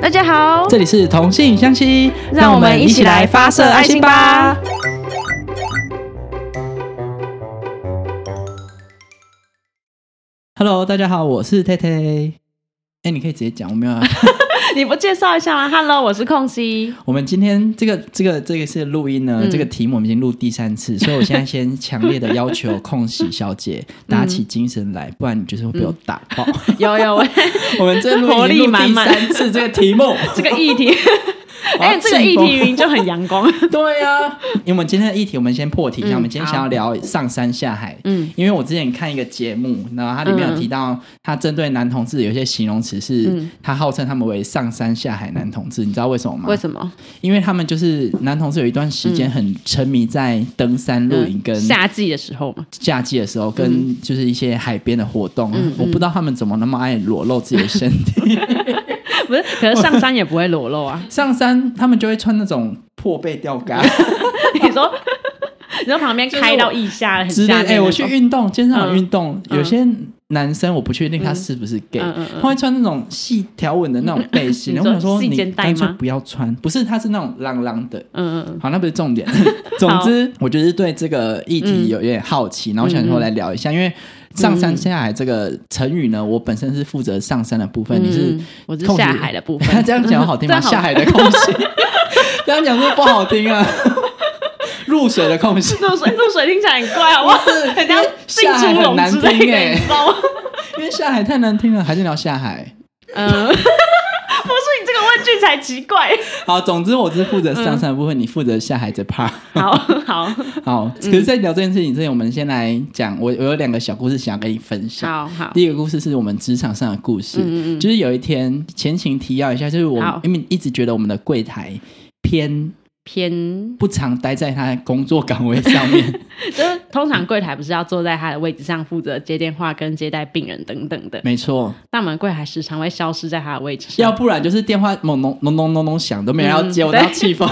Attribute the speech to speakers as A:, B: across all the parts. A: 大家好，
B: 这里是同性相吸，
A: 让我们一起来发射爱心吧！
B: Hello，大家好，我是 t 太。哎，你可以直接讲，我没有 啊。
A: 你不介绍一下吗？Hello，我是空 隙。
B: 我们今天这个这个这个是录音呢，
A: 嗯
B: 这个题目我们已经录第 三次，所以我现在先强烈的要求空喜小姐
A: 嗯
B: 打起精神来，不然你就是会被我打 爆。
A: 有有， 我
B: 我们这录
A: 活
B: 音已
A: 力
B: 经录
A: 满
B: 第
A: 满
B: 三次这个题目，
A: 这个议题，哎、这个议题明明就很阳 光。
B: 对啊，因为我们今天的议题，我们先破题一下。
A: 嗯
B: 我们今天想要聊上山下海，
A: 嗯
B: 因为我之前看一个节目，然后它里面有提到，它针对男同志有一些形容词是
A: 嗯，
B: 它号称他们为上山下海男同志，你知道为什么吗？
A: 为什么？
B: 因为他们就是男同志有一段时间很沉迷在登山、露营跟
A: 夏季的时候嘛，
B: 假期的时候，跟就是一些海边的活动
A: 嗯嗯嗯，
B: 我不知道他们怎么那么爱裸露自己的身 体。
A: 不是？可是上山也不会裸露 啊。
B: 上山他们就会穿那种破背吊嘎。
A: 你说，你说旁边开到腋下了，很
B: 之类
A: 下
B: 的。
A: 面
B: 哎、
A: 那
B: 我去
A: 种
B: 运动，健身房
A: 嗯
B: 运动，
A: 嗯
B: 有些男生我不确定他是不是 gay，、
A: 嗯嗯嗯
B: 他会穿那种细条纹的那种背心，
A: 你
B: 然后我想
A: 说
B: 说
A: 细
B: 你
A: 肩带
B: 干脆
A: 吗
B: 不要穿，不是，他是那种浪浪的。
A: 嗯嗯嗯，
B: 好，那不 是重点。总之，我就是对这个议题有点好奇，然后想
A: 嗯
B: 说来聊一下，因为上山下海这个成语呢，我本身是负责上山的部分，你是
A: 嗯我是
B: 控制
A: 下海的部分。
B: 这样讲好听 吗？
A: 这好
B: 下海的空隙， 这样讲是不好听啊。 入水的空隙，
A: 入水入水听起来很怪，好 不好？
B: 不是
A: 人家进
B: 下海
A: 猪
B: 很
A: 笼
B: 难
A: 之类
B: 听
A: 的，
B: 哎
A: 你知道吗？
B: 因为下海太难听了，还是聊下海。
A: 嗯， 不是你这个问句才奇怪。
B: 好，总之我是负责上山的部分，你负责下海这 part。
A: 好 好
B: 好，可是，在聊这件事情之前，我们先来讲，我我有两个小故事想跟你分享。
A: 好好，
B: 第一个故事是我们职场上的故事，
A: 嗯嗯嗯
B: 就是有一天前情提要一下，就是我
A: 好
B: 因为一直觉得我们的柜台偏
A: 偏
B: 不常待在他的工作岗位上 面，
A: 就是通常柜台不是要坐在他的位置上负责接电话跟接待病人等等的，
B: 没错，
A: 那我们柜台时常会消失在他的位置
B: 要
A: 上。
B: 不然就是电话猛隆隆隆隆隆响，都没人要接，
A: 嗯
B: 我都要
A: 对嗯
B: 气疯。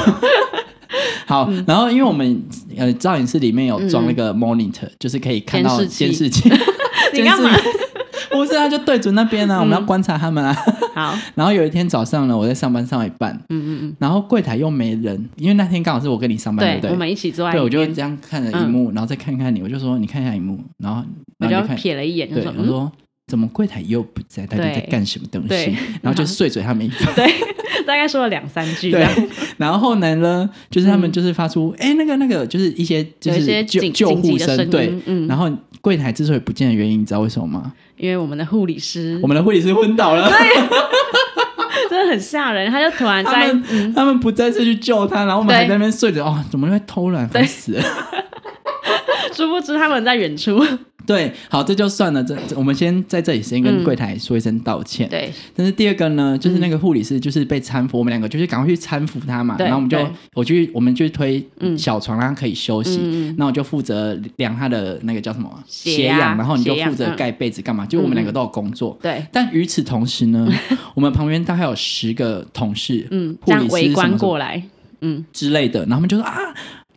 B: 好，然后因为我们呃造影室里面有装那个 monitor，、就是可以看到监
A: 监
B: 视
A: 视
B: 器。
A: 你干嘛嗯
B: 监视器？ 不是啊，就对准那边啊，我们要观察他们啊。
A: 好，
B: 然后有一天早上呢，我在上班上一半，
A: 嗯嗯
B: 然后柜台又没人，因为那天刚好是我跟你上
A: 嗯，
B: 班，对不
A: 对，
B: 对？
A: 我们一起坐在
B: 对，我
A: 里
B: 就
A: 面，嗯
B: 这样看着荧幕，然后再看看你，我就说你看一下荧幕，然后
A: 我
B: 然后你
A: 就
B: 看，
A: 瞥了一眼，就
B: 对
A: 说，
B: 我
A: 嗯，
B: 说怎么柜台又不在，到底在
A: 对
B: 干什么东
A: 对
B: 西？然后 就碎嘴他们一番。
A: 嗯大概说了两三句，这
B: 对
A: 样，
B: 然后呢呢，就是他们就是发出哎、那个那个，就是一些就
A: 有一
B: 是
A: 些
B: 救
A: 紧
B: 救
A: 紧
B: 护
A: 急的声
B: 声，
A: 音
B: 对，
A: 嗯
B: 然后柜台之所以不见的原因，你知道为什么吗？
A: 因为我们的护理师
B: 我们的护理师昏倒了，
A: 真的很吓人，他就突然
B: 他
A: 在，
B: 们、
A: 嗯，
B: 他们不再是去救他，然后我们还
A: 对
B: 在那边睡着，哦，怎么会偷懒，烦死了。
A: 殊不知他们在远处，
B: 对，好，这就算了，这这我们先在这里先
A: 嗯
B: 跟柜台说一声道歉。
A: 对，
B: 但是第二个呢，就是那个护理师就是被搀扶，我们两个就是赶快去搀扶他嘛，
A: 对
B: 然后我们就
A: 对
B: 我去我们去推
A: 嗯
B: 小床，让他可以休息。
A: 嗯嗯
B: 那我就负责量他的那个叫什么啊
A: 血
B: 血
A: 压
B: 氧，然后你就
A: 血
B: 负
A: 氧
B: 责
A: 嗯
B: 盖被子干嘛？就我们两个都有工作，
A: 对，
B: 但与此同 时呢，我们旁边大概有十个同事，
A: 嗯，
B: 护
A: 这样
B: 理
A: 围
B: 师什
A: 观
B: 么什么
A: 过来，嗯，
B: 之类的，然后他们就说啊，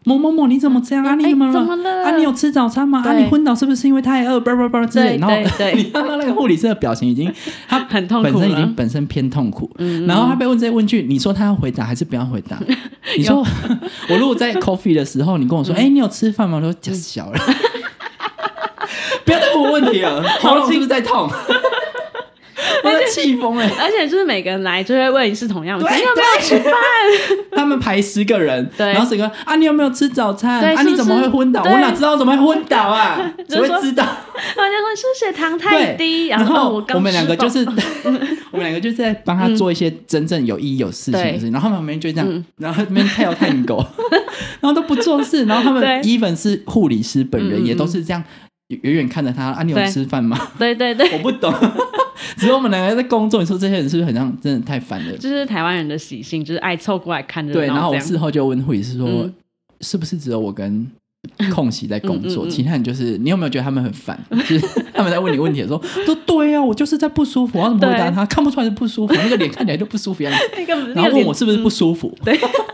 B: 某某某你怎么这样啊？你怎么
A: 哎怎么了
B: 啊，你有吃早餐吗？啊，
A: 对
B: 你昏倒是不是因为太饿？叭叭叭之类的。
A: 对
B: 然后
A: 对对
B: 你看到那个护理师的表情已经，他
A: 很痛
B: 本
A: 苦
B: 身已
A: 了嗯
B: 经，本身偏痛苦，然后他被问这些问句，你说他要回答还是不要回答？ 你说 我如果在 coffee 的时候，你 跟我说，哎、你有吃饭吗？我说假小了，不要再问我问题了，喉咙是不是在痛？ 我在气疯哎！
A: 而且就是每个人来就会问一次同样的，
B: 对
A: 你有没有吃饭？
B: 他们排十个人，
A: 对
B: 然后十个人啊，你有没有吃早餐？
A: 对
B: 啊，
A: 是不
B: 你怎么
A: 是
B: 会昏倒？
A: 对
B: 我哪知道怎么会昏倒 啊？谁
A: 就是说
B: 会知 道？
A: 然后就说是不是血糖太
B: 对，
A: 低，
B: 然
A: 后
B: 后
A: 刚
B: 我们两个
A: 吃饱
B: 就是 我们两个就是在帮他
A: 嗯
B: 做一些真正有意义、有事情的事情，然后他们旁边就这样，然后他们跳 探狗，然后都不做事，然后他们
A: 对
B: even 是护理师本
A: 嗯
B: 人
A: 嗯
B: 也都是这样，远远看着他啊，你有
A: 对
B: 吃饭吗？
A: 对对对，
B: 我不懂， 只有我们两个在工作，你说这些人是不是很像真的太烦了？
A: 就是台湾人的习性，就是爱凑过来看热闹
B: 对，然后
A: 这
B: 我
A: 样
B: 事后就问护理师说
A: 嗯，
B: 是不是只有我跟空隙在工
A: 嗯
B: 作，
A: 嗯嗯
B: 其他人就是你有没有觉得他们很烦？就是 他们在问你问题的时候，说对啊呀、我就是在不舒服，我要怎么回答
A: 对
B: 他？看不出来是不舒服，那个脸看起来就不舒服样子，
A: 那个嗯
B: 然后问我是不是不舒服？
A: 对，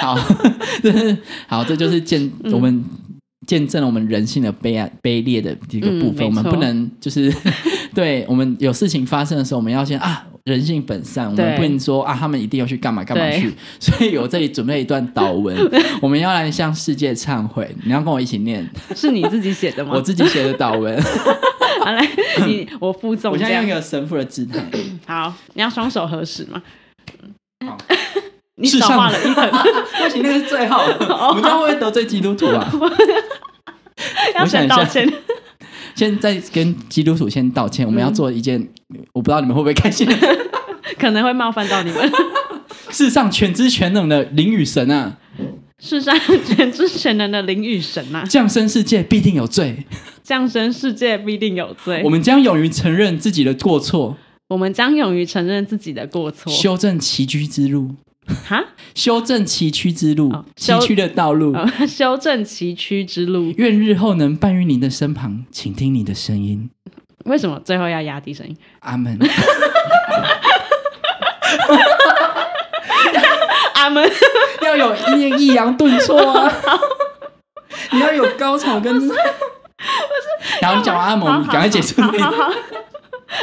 B: 好， 这是好，这就是见
A: 嗯
B: 我们。见证了我们人性的悲哀、卑劣的这个部分，
A: 嗯
B: 我们
A: 没错
B: 不能就是对我们有事情发生的时候，我们要先啊，人性本善，我
A: 对
B: 们不能说啊，他们一定要去干嘛干嘛
A: 对
B: 去。所以我这里准备一段 祷文，我们要来向世界忏悔。你要跟我一起念，
A: 是你自己写的
B: 我
A: 吗？
B: 自己写的 祷文，
A: 好 来，你我附
B: 我
A: 送这
B: 现在用一
A: 样。
B: 个神父的姿态。
A: 好，你要双手合十吗？嗯
B: 好
A: 你
B: 世
A: 少
B: 上
A: 画了一横，
B: 不行，那个是最后，
A: 哦
B: 我们这样会不会得罪基督徒啊？
A: 要
B: 想
A: 先
B: 一下
A: 道歉。
B: 现在跟基督徒先道
A: 嗯
B: 歉，我们要做一件，我不知道你们会不 会开心的事，
A: 可能会冒犯到你们。
B: 世上全知全能的灵与神啊，
A: 世上全知全能的灵与神呐、
B: 降生世界必定有罪，
A: 降生世界必定有罪。
B: 我们将勇于承认自己的过错，
A: 我们将勇于承认自己的过错。
B: 修正崎岖之路，
A: 哈，
B: 修正崎岖之路
A: 哦，
B: 崎
A: 修
B: 岖的道路。
A: 呃 修正崎岖之路。
B: 愿日后能伴于您的身旁，请听你的声音。
A: 为什么最后要压低声音？
B: 阿 门。
A: 阿门。
B: 要有一点抑扬顿挫 啊，你要有高潮跟。然后你讲完阿蒙，你赶快结束。
A: 好好好。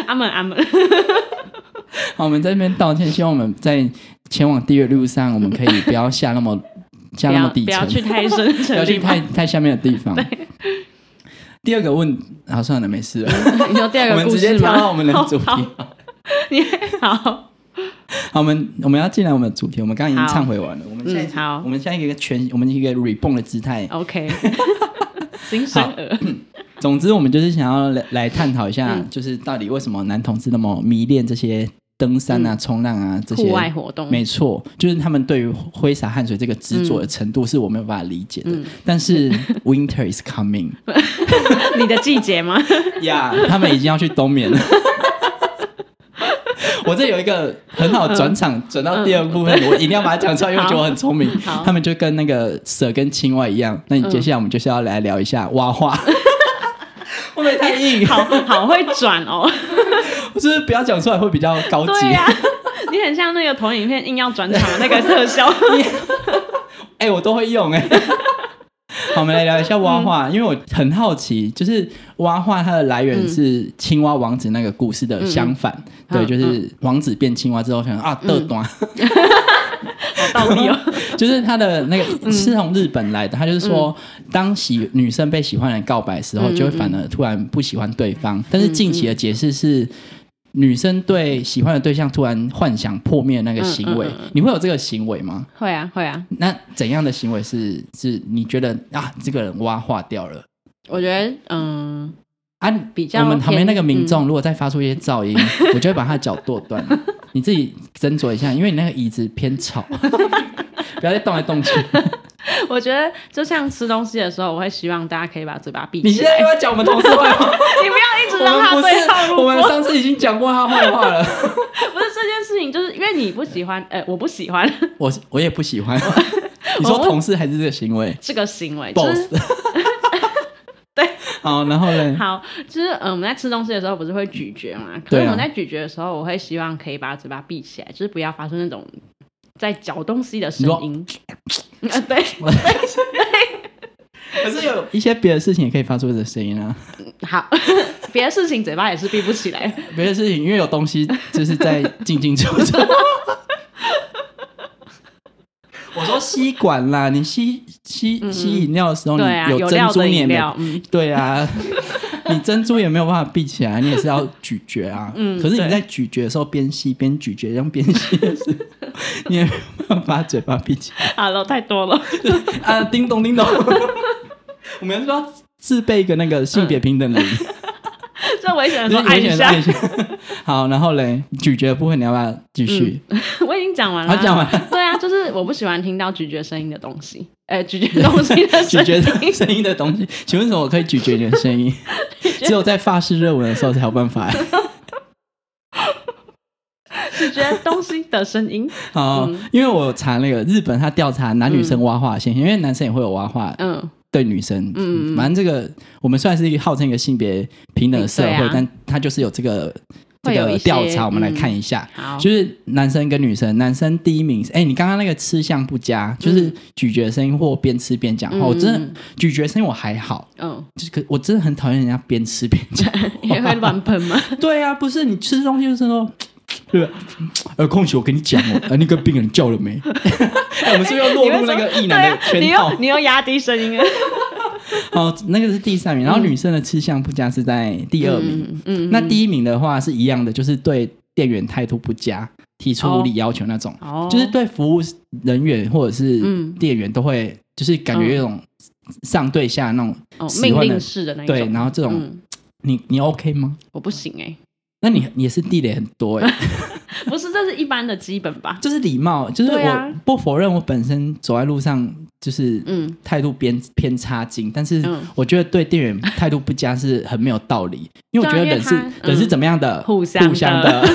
A: 阿门阿门，
B: 好，我们在这边道歉，希望我们在前往地狱的路上，我们可以不要下那么
A: 不
B: 下那
A: 要
B: 么底
A: 不要
B: 层，
A: 去太深
B: 不
A: 层
B: 要
A: 的
B: 去
A: 地
B: 太
A: 方。
B: 太下面的地方。第二个问，好，算了，没事了，
A: 你说第二
B: 我
A: 个
B: 们
A: 故
B: 直接
A: 事
B: 跳
A: 吗？
B: 到我们的主题。
A: 好好你好，
B: 好，我们我们要进来我们的主题，我们刚刚已经
A: 好
B: 忏悔完了，我们现
A: 嗯
B: 在
A: 好
B: 我们下一个全，我们一个 reborn 的姿态，
A: ，OK。新生儿，
B: 总之，我们就是想要来来探讨一下
A: 嗯，
B: 就是到底为什么男同志那么迷恋这些登山啊、冲浪啊这
A: 嗯
B: 些
A: 户外活动，
B: 没错，就是他们对于挥洒汗水这个执着的程度是我没有办法理解的。但是 Winter is coming，
A: 你的季节吗？
B: 呀他们已经要去冬眠了。 我这有一个很好转场，转到第二部分，我一定要把它讲出来，因为我觉得我很聪明
A: 好。
B: 他们就跟那个蛇跟青蛙一样。那你接下来我们就是要来聊一下蛙化，会不会太硬？
A: 好好会转哦，
B: 是不是不要讲出来会比较高级？
A: 对呀、你很像那个投影片硬要转场的那个特效，
B: 哎、我都会用哎、 好，我们来聊一下蛙
A: 嗯
B: 化，因为我很好奇，就是蛙化它的来源是青蛙王子那个故事的相反，
A: 嗯嗯
B: 对，就是王子变青蛙之后，可能啊，得短，
A: 好道理 哦。
B: 就是他的那
A: 嗯
B: 个是从日本来的，他就是说，当喜女生被喜欢的人告白的时候，
A: 嗯嗯
B: 就会反而突然不喜欢对方。但是近期的解释是，女生对喜欢的对象突然幻想破灭那个行为，
A: 嗯嗯嗯
B: 你会有这个行为吗？
A: 会啊，会啊，
B: 那怎样的行为是是你觉得啊，这个人蛙化掉了
A: 我觉得嗯，
B: 啊？
A: 比较
B: 我们旁边那
A: 偏嗯
B: 个民众如果再发出一些噪音， 我就会把他的脚剁断。你自己斟酌一下，因为你那个椅子偏吵， 不要再动来 动去。
A: 我觉得就像吃东西的时候，我会希望大家可以把嘴巴闭
B: 你
A: 起
B: 现
A: 来，
B: 在又要讲我们同事坏话，
A: 你不要一直
B: 我
A: 让他
B: 们不
A: 对号
B: 是，
A: 入
B: 我们
A: 座。
B: 上次已经讲过他坏 话了。
A: 不是这件事情，就是因为你不喜欢，呃，我不喜欢
B: 我我也不喜欢。你说同事还是这个行为
A: 这个行为，哦就是
B: ，boss。
A: 对，
B: 好，然后嘞，
A: 好，就是嗯，我们在吃东西的时候不是会咀嚼 嘛？可
B: 对
A: 是
B: 啊
A: 我们在咀嚼的时候，我会希望可以把嘴巴闭起来，就是不要发出那种在嚼东西的声音。 呃对，
B: 可是有一些别的事情也可以发出这个声音啊。
A: 好，别的事情嘴巴也是闭不起来。
B: 别的事情，因为有东西就是在进进出出。我说吸管啦，你吸吸吸饮料的时候，
A: 对啊，
B: 哦你
A: 有
B: 珍
A: 料
B: 珠
A: 的
B: 你也
A: 饮
B: 没
A: 料，嗯，
B: 对啊，你珍珠也没有办法闭起来，你也是要咀嚼啊。
A: 嗯
B: 可是你
A: 对
B: 在咀嚼的时候边吸边咀嚼，用边吸的时候，你也没有办法把嘴巴闭起来
A: 好了，太多了。
B: 啊！叮咚叮咚，我们要说自备一个那个性别 平等的礼仪。
A: 这危险的时
B: 就
A: 候
B: 是
A: 按
B: 危
A: 一
B: 险
A: 下
B: 的。危险。 好，然后嘞，咀嚼的部分你要不要继续？
A: 我已经讲完
B: 好，
A: 了。
B: 讲 完了。
A: 对嗯啊，就是我不喜欢听到咀嚼声音的东西，呃，咀嚼东西的
B: 咀
A: 声
B: 嚼
A: 音。
B: 声音的 东西，请问为什么我可以咀嚼你的声 音？只有在法式热吻的时候才有办法。
A: 咀嚼东西的声音，
B: 好，
A: 嗯
B: 因为我查那个日本，他调查男女生挖话现象，因为男生也会有挖话
A: 嗯，
B: 对女生。嗯，反正这个我们虽然是一个号称一个性别平等的
A: 嗯
B: 社
A: 对
B: 会
A: 啊，
B: 但它就是有这个这
A: 会有
B: 个
A: 一些
B: 调查，我们来
A: 嗯
B: 看一下。
A: 好，
B: 就是男生跟女生，男生第一名是，哎、你刚刚那个吃相不佳，就是咀嚼声音或边吃边讲话，
A: 嗯
B: 哦我真
A: 嗯
B: 的咀嚼声音我还好，
A: 嗯，
B: 就是可我真的很讨厌人家边吃边讲
A: 也会
B: 话。
A: 乱喷吗？
B: 对啊，不是你吃东西就是说，对吧？呃，空姐，我跟你讲哦， 呃，那个病人叫了没？ 哎，我们是不是又落入那个异男的圈
A: 你
B: 套
A: 又？你又压低声音了，
B: 哦，那个是第三名，然后女生的吃相不佳是在第二名。
A: 嗯，嗯，嗯
B: 那第一名的话是一样的，就是对店员态度不佳，提出无理要求那种，
A: 哦，
B: 就是对服务人员或者是
A: 嗯
B: 店员都会，就是感觉有一种上对下那种。
A: 哦
B: 喜
A: 命
B: 欢的
A: 令式的那一种，
B: 对，然后这种
A: 嗯，
B: 你你 OK 吗？
A: 我不行 哎，
B: 那你也是地雷很多哎，
A: 不是，这是一般的基本吧？
B: 就是礼貌，就是
A: 对啊
B: 我不否认我本身走在路上就是
A: 嗯，
B: 态度偏偏差劲，但是
A: 嗯
B: 我觉得对店员态度不佳是很没有道理，因为我觉得
A: 对啊因为
B: 人是
A: 他
B: 人是
A: 嗯
B: 怎么样的，
A: 互相的
B: 互相的，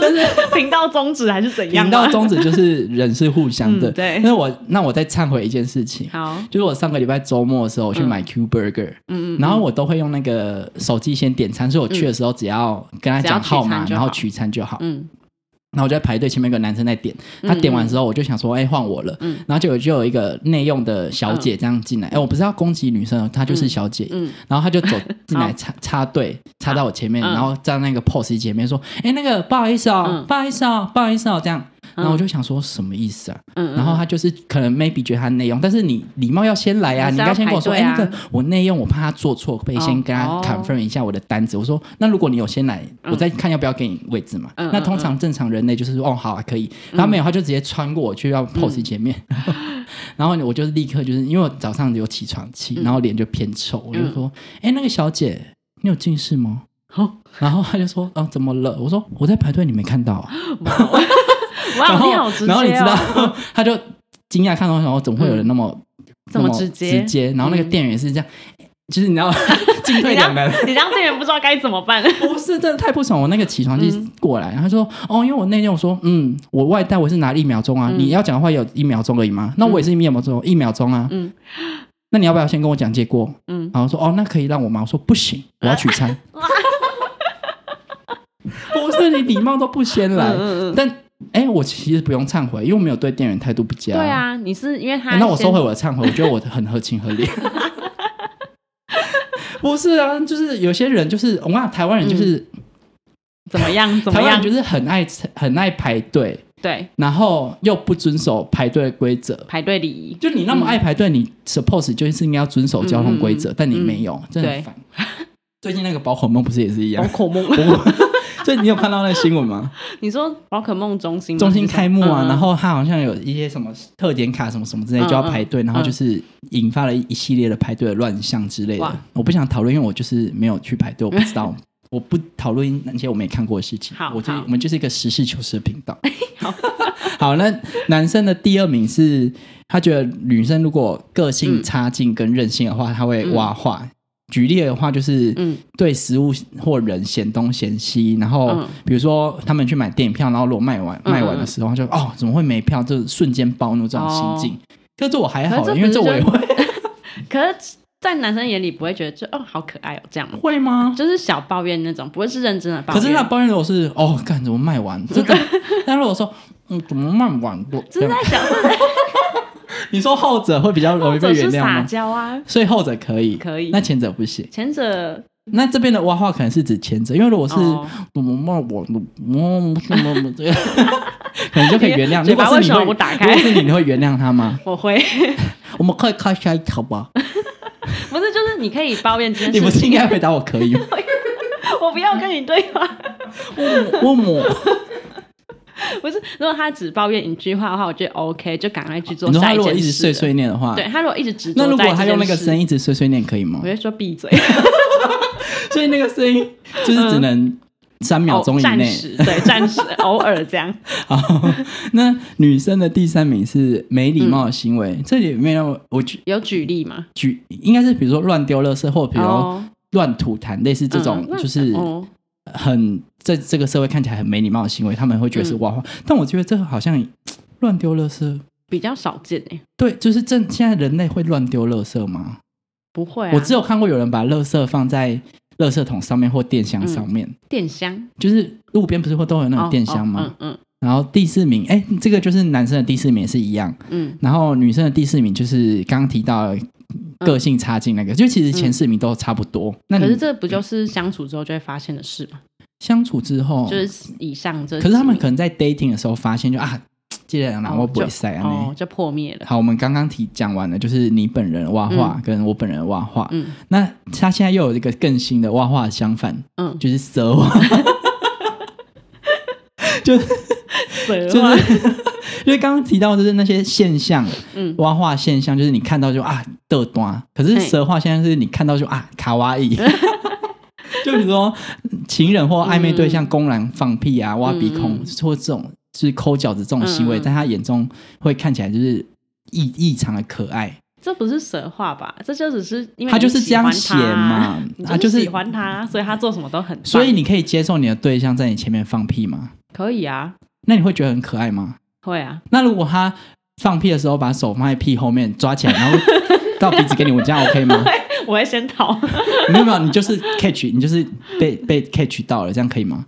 A: 但是频道宗旨还是怎样
B: 引
A: 吗？
B: 到宗旨就是人是互相的。
A: 嗯对
B: 那我那我再忏悔一件事情，
A: 好，
B: 就是我上个礼拜周末的时候我去买 Q Burger，
A: 嗯嗯，
B: 然后我都会用那个手机先点餐，所以我去的时候只要跟他
A: 只要
B: 讲
A: 取
B: 号码
A: 餐，就
B: 然后
A: 好
B: 取餐就好。
A: 嗯
B: 然后我就在排队前面有个男生在点，他点完之后我就想说，哎、换我了。
A: 嗯
B: 然后结果就有一个内用的小姐这样进来，哎、我不是要攻击女生哦，她就是小姐。
A: 嗯，
B: 然后她就走进来
A: 好
B: 插插队，插到我前面，
A: 嗯
B: 然后站在那个 POS 前面说：“哎，那个不好意思哦
A: 嗯，
B: 不好意思哦，不好意思哦。”这样，然后我就想说什么意思啊？
A: 嗯，
B: 然后他就是可能 maybe 觉得他内用，但是你礼貌要先来啊，
A: 还
B: 你
A: 是
B: 应
A: 要
B: 该先跟我说，哎、
A: 排队啊
B: 那个我内用，我怕他做错，可以先跟他
A: 哦
B: confirm 一下我的单子。我说，那如果你有先来，
A: 嗯
B: 我再看要不要给你位置嘛。
A: 嗯
B: 那
A: 嗯
B: 通常正常人类就是说，哦，好啊，可以。然后没有，他就直接穿过我去要
A: 嗯
B: pose 前面， 然后我就立刻就是因为我早上有起床气，
A: 嗯
B: 然后脸就偏臭，我就说，哎、那个小姐，你有近视吗？
A: 哦
B: 然后他就说，啊，怎么了？我说我在排队，你没看到啊、然
A: 哇，
B: 后
A: 你好直接哦，
B: 然后你知道， 他就惊讶看到，然后怎么会有人那么、
A: 嗯这么直接
B: 直接？然后那个
A: 嗯
B: 店员是这样，就是你知道进退
A: 你
B: 两
A: 让
B: 难。
A: 你让店员不知道该怎么办，
B: 不是，真的太不爽！我那个起床气
A: 嗯
B: 过来，然后他说：“哦，因为我那天我说，嗯，我外带我是拿了一秒钟啊，
A: 嗯
B: 你要讲话也有一秒钟而已嘛，那我也是一秒钟，一秒钟啊，
A: 嗯
B: 那你要不要先跟我讲结果？
A: 嗯，
B: 然后说：哦，那可以让我吗？我说不行，我要取餐。 不是你礼貌都不先 来，
A: 嗯嗯嗯
B: 但哎、我其实不用忏悔，因为我没有对店员态度不佳。
A: 对啊，你是因为
B: 哎、
A: 他，
B: 那我收回，我的忏悔，我觉得我很合情合理。 不是啊，就是有些人就是我讲台湾人就是、
A: 怎么样嗯怎么
B: 台湾
A: 样？
B: 人就是很爱很爱排队，
A: 对，
B: 然后又不遵守排队的规则。
A: 排队礼仪，
B: 就你那么爱排队，你 suppose 就是应该要遵守交通规则，
A: 嗯嗯
B: 但你没有，真的很
A: 对
B: 烦。最近那个宝可梦不是也是一样
A: 宝？可 梦，
B: 所以你有看到那个新闻吗？
A: 你说宝可梦中心吗
B: 中心开幕啊，
A: 嗯嗯
B: 然后它好像有一些什么特点卡什么什么之类
A: 嗯
B: 就要排队，
A: 嗯
B: 然后就是引发了一系列的排队的乱象之类的
A: 哇。
B: 我不想讨论，因为我就是没有去排队，我不知道。我不讨论那些我没看过的事情，
A: 好
B: 我就
A: 好
B: 我们就是一个实事求是的频 道。 好，那男生的第二名是他觉得女生如果个性
A: 嗯
B: 差劲跟任性的话，他会挖话。举例的话，就是
A: 嗯
B: 对食物或人嫌东嫌西，然后
A: 嗯
B: 比如说他们去买电影票，然后如果卖完
A: 嗯
B: 卖完的时候，他就哦怎么会没票，就是瞬间暴怒这种心境。可是我还好
A: 哦可，是这
B: 因为
A: 不是
B: 这我也
A: 就
B: 会？
A: 可是，在男生眼里不会觉得就哦好可爱哦这样吗
B: 会吗？
A: 就是小抱怨那种，不会是认真的抱
B: 可
A: 怨。
B: 是他抱怨如果是哦，干怎么 卖完？真的？但如果说嗯怎么卖完？我
A: 只是在想，这
B: 你说后者会比较容易被
A: 者
B: 原
A: 是
B: 谅
A: 撒
B: 吗？
A: 娇啊。
B: 所以后者可以，
A: 可以
B: 那前者不行。
A: 前者
B: 那这边的挖话可能是指前者，因为如果是
A: 哦
B: 我们骂我我什么么 这个，可能就可以原谅。
A: 嘴
B: 如果
A: 巴为
B: 是你
A: 什
B: 会，
A: 么不打开
B: 如果是你，你会原谅他吗？
A: 我会，
B: 我们快开下一条吧。
A: 不是 就是你可以抱怨这件
B: 你不啊
A: 事
B: 是
A: 情，
B: 应该回答我可以吗？
A: 我不要跟你对话。
B: 我我
A: 不是，如果他只抱怨一句话的话，我觉得 OK，就赶快去做
B: 你说
A: 下
B: 他
A: 一
B: 如果
A: 件
B: 一直
A: 事。
B: 碎碎念的话，
A: 对他如果一直执着
B: 那如果
A: 在
B: 他
A: 这
B: 用那
A: 件
B: 个
A: 事
B: 声，音一直碎碎念可以吗
A: 我？会说闭嘴，
B: 所以那个声音就是只能三 秒
A: 嗯
B: 钟
A: 哦
B: 以
A: 暂
B: 内。
A: 时对暂时偶尔这样。
B: 好，那女生的第三名是没礼貌的行为，
A: 嗯
B: 这里面有我举
A: 有举例吗？
B: 举应该是比如说乱丢垃圾，或比如
A: 哦
B: 乱吐痰，类似这种
A: 嗯那
B: 就是
A: 哦
B: 很在这个社会看起来很没礼貌的行为，他们会觉得是挖话。但我觉得这个好像嘖乱丢垃圾，
A: 比较少见欸诶，
B: 对，就是正现在人类会乱丢垃圾吗？
A: 不会啊。
B: 我只有看过有人把垃圾放在垃圾桶上面或电箱上面，
A: 电箱，
B: 就是路边不是会都有那
A: 哦
B: 种电箱吗？
A: 嗯哦嗯
B: 然后第四名，哎，这个就是男生的第四名也是一样，
A: 嗯
B: 然后女生的第四名就是刚刚提到的个性差劲那个，就其实前四名都差不多。那
A: 嗯，可
B: 你
A: 是这不就是相处之后就会发现的事吗？
B: 相处之后，
A: 就是以上这几名，
B: 哦可是他们可能在 dating 的时候发现就，啊，既然
A: 哦
B: 啊，我不会
A: 就
B: 塞啊。
A: 哦，就破灭了。
B: 好，我们刚刚提讲完了，就是你本人的挖话跟我本人的挖话。
A: 嗯
B: 那他现在又有一个更新的挖话相反，
A: 嗯，
B: 就是蛇话，就是
A: 蛇
B: 就
A: 吗
B: 是 因为刚刚提到就是那些现象，
A: 嗯
B: 挖话现象，就是你看到就啊的端，可是
A: 嘿
B: 蛇话现在是你看到就啊卡 哇伊。就你说情人或暧昧对象公然放屁啊、挖鼻孔、
A: 嗯
B: 或这种就是抠脚趾这种行为，
A: 嗯嗯
B: 在他眼中会看起来就是异异常的可爱。
A: 这不是蛇话吧？这就只是因为
B: 他
A: 你
B: 就是
A: 喜
B: 这样
A: 欢
B: 写
A: 他
B: 嘛
A: 你
B: 啊就是
A: 喜欢他，所以他做什么都很棒。
B: 所以你可以接受你的对象在你前面放屁吗？
A: 可以啊，
B: 那你会觉得很可爱吗？
A: 会啊，
B: 那如果他放屁的时候把手放在屁后面抓起来，然后到鼻子给你闻，这样 OK 吗？
A: 我会先逃。
B: 没有没有，你就是 catch，你就是被被 catch 到了，这样可以吗？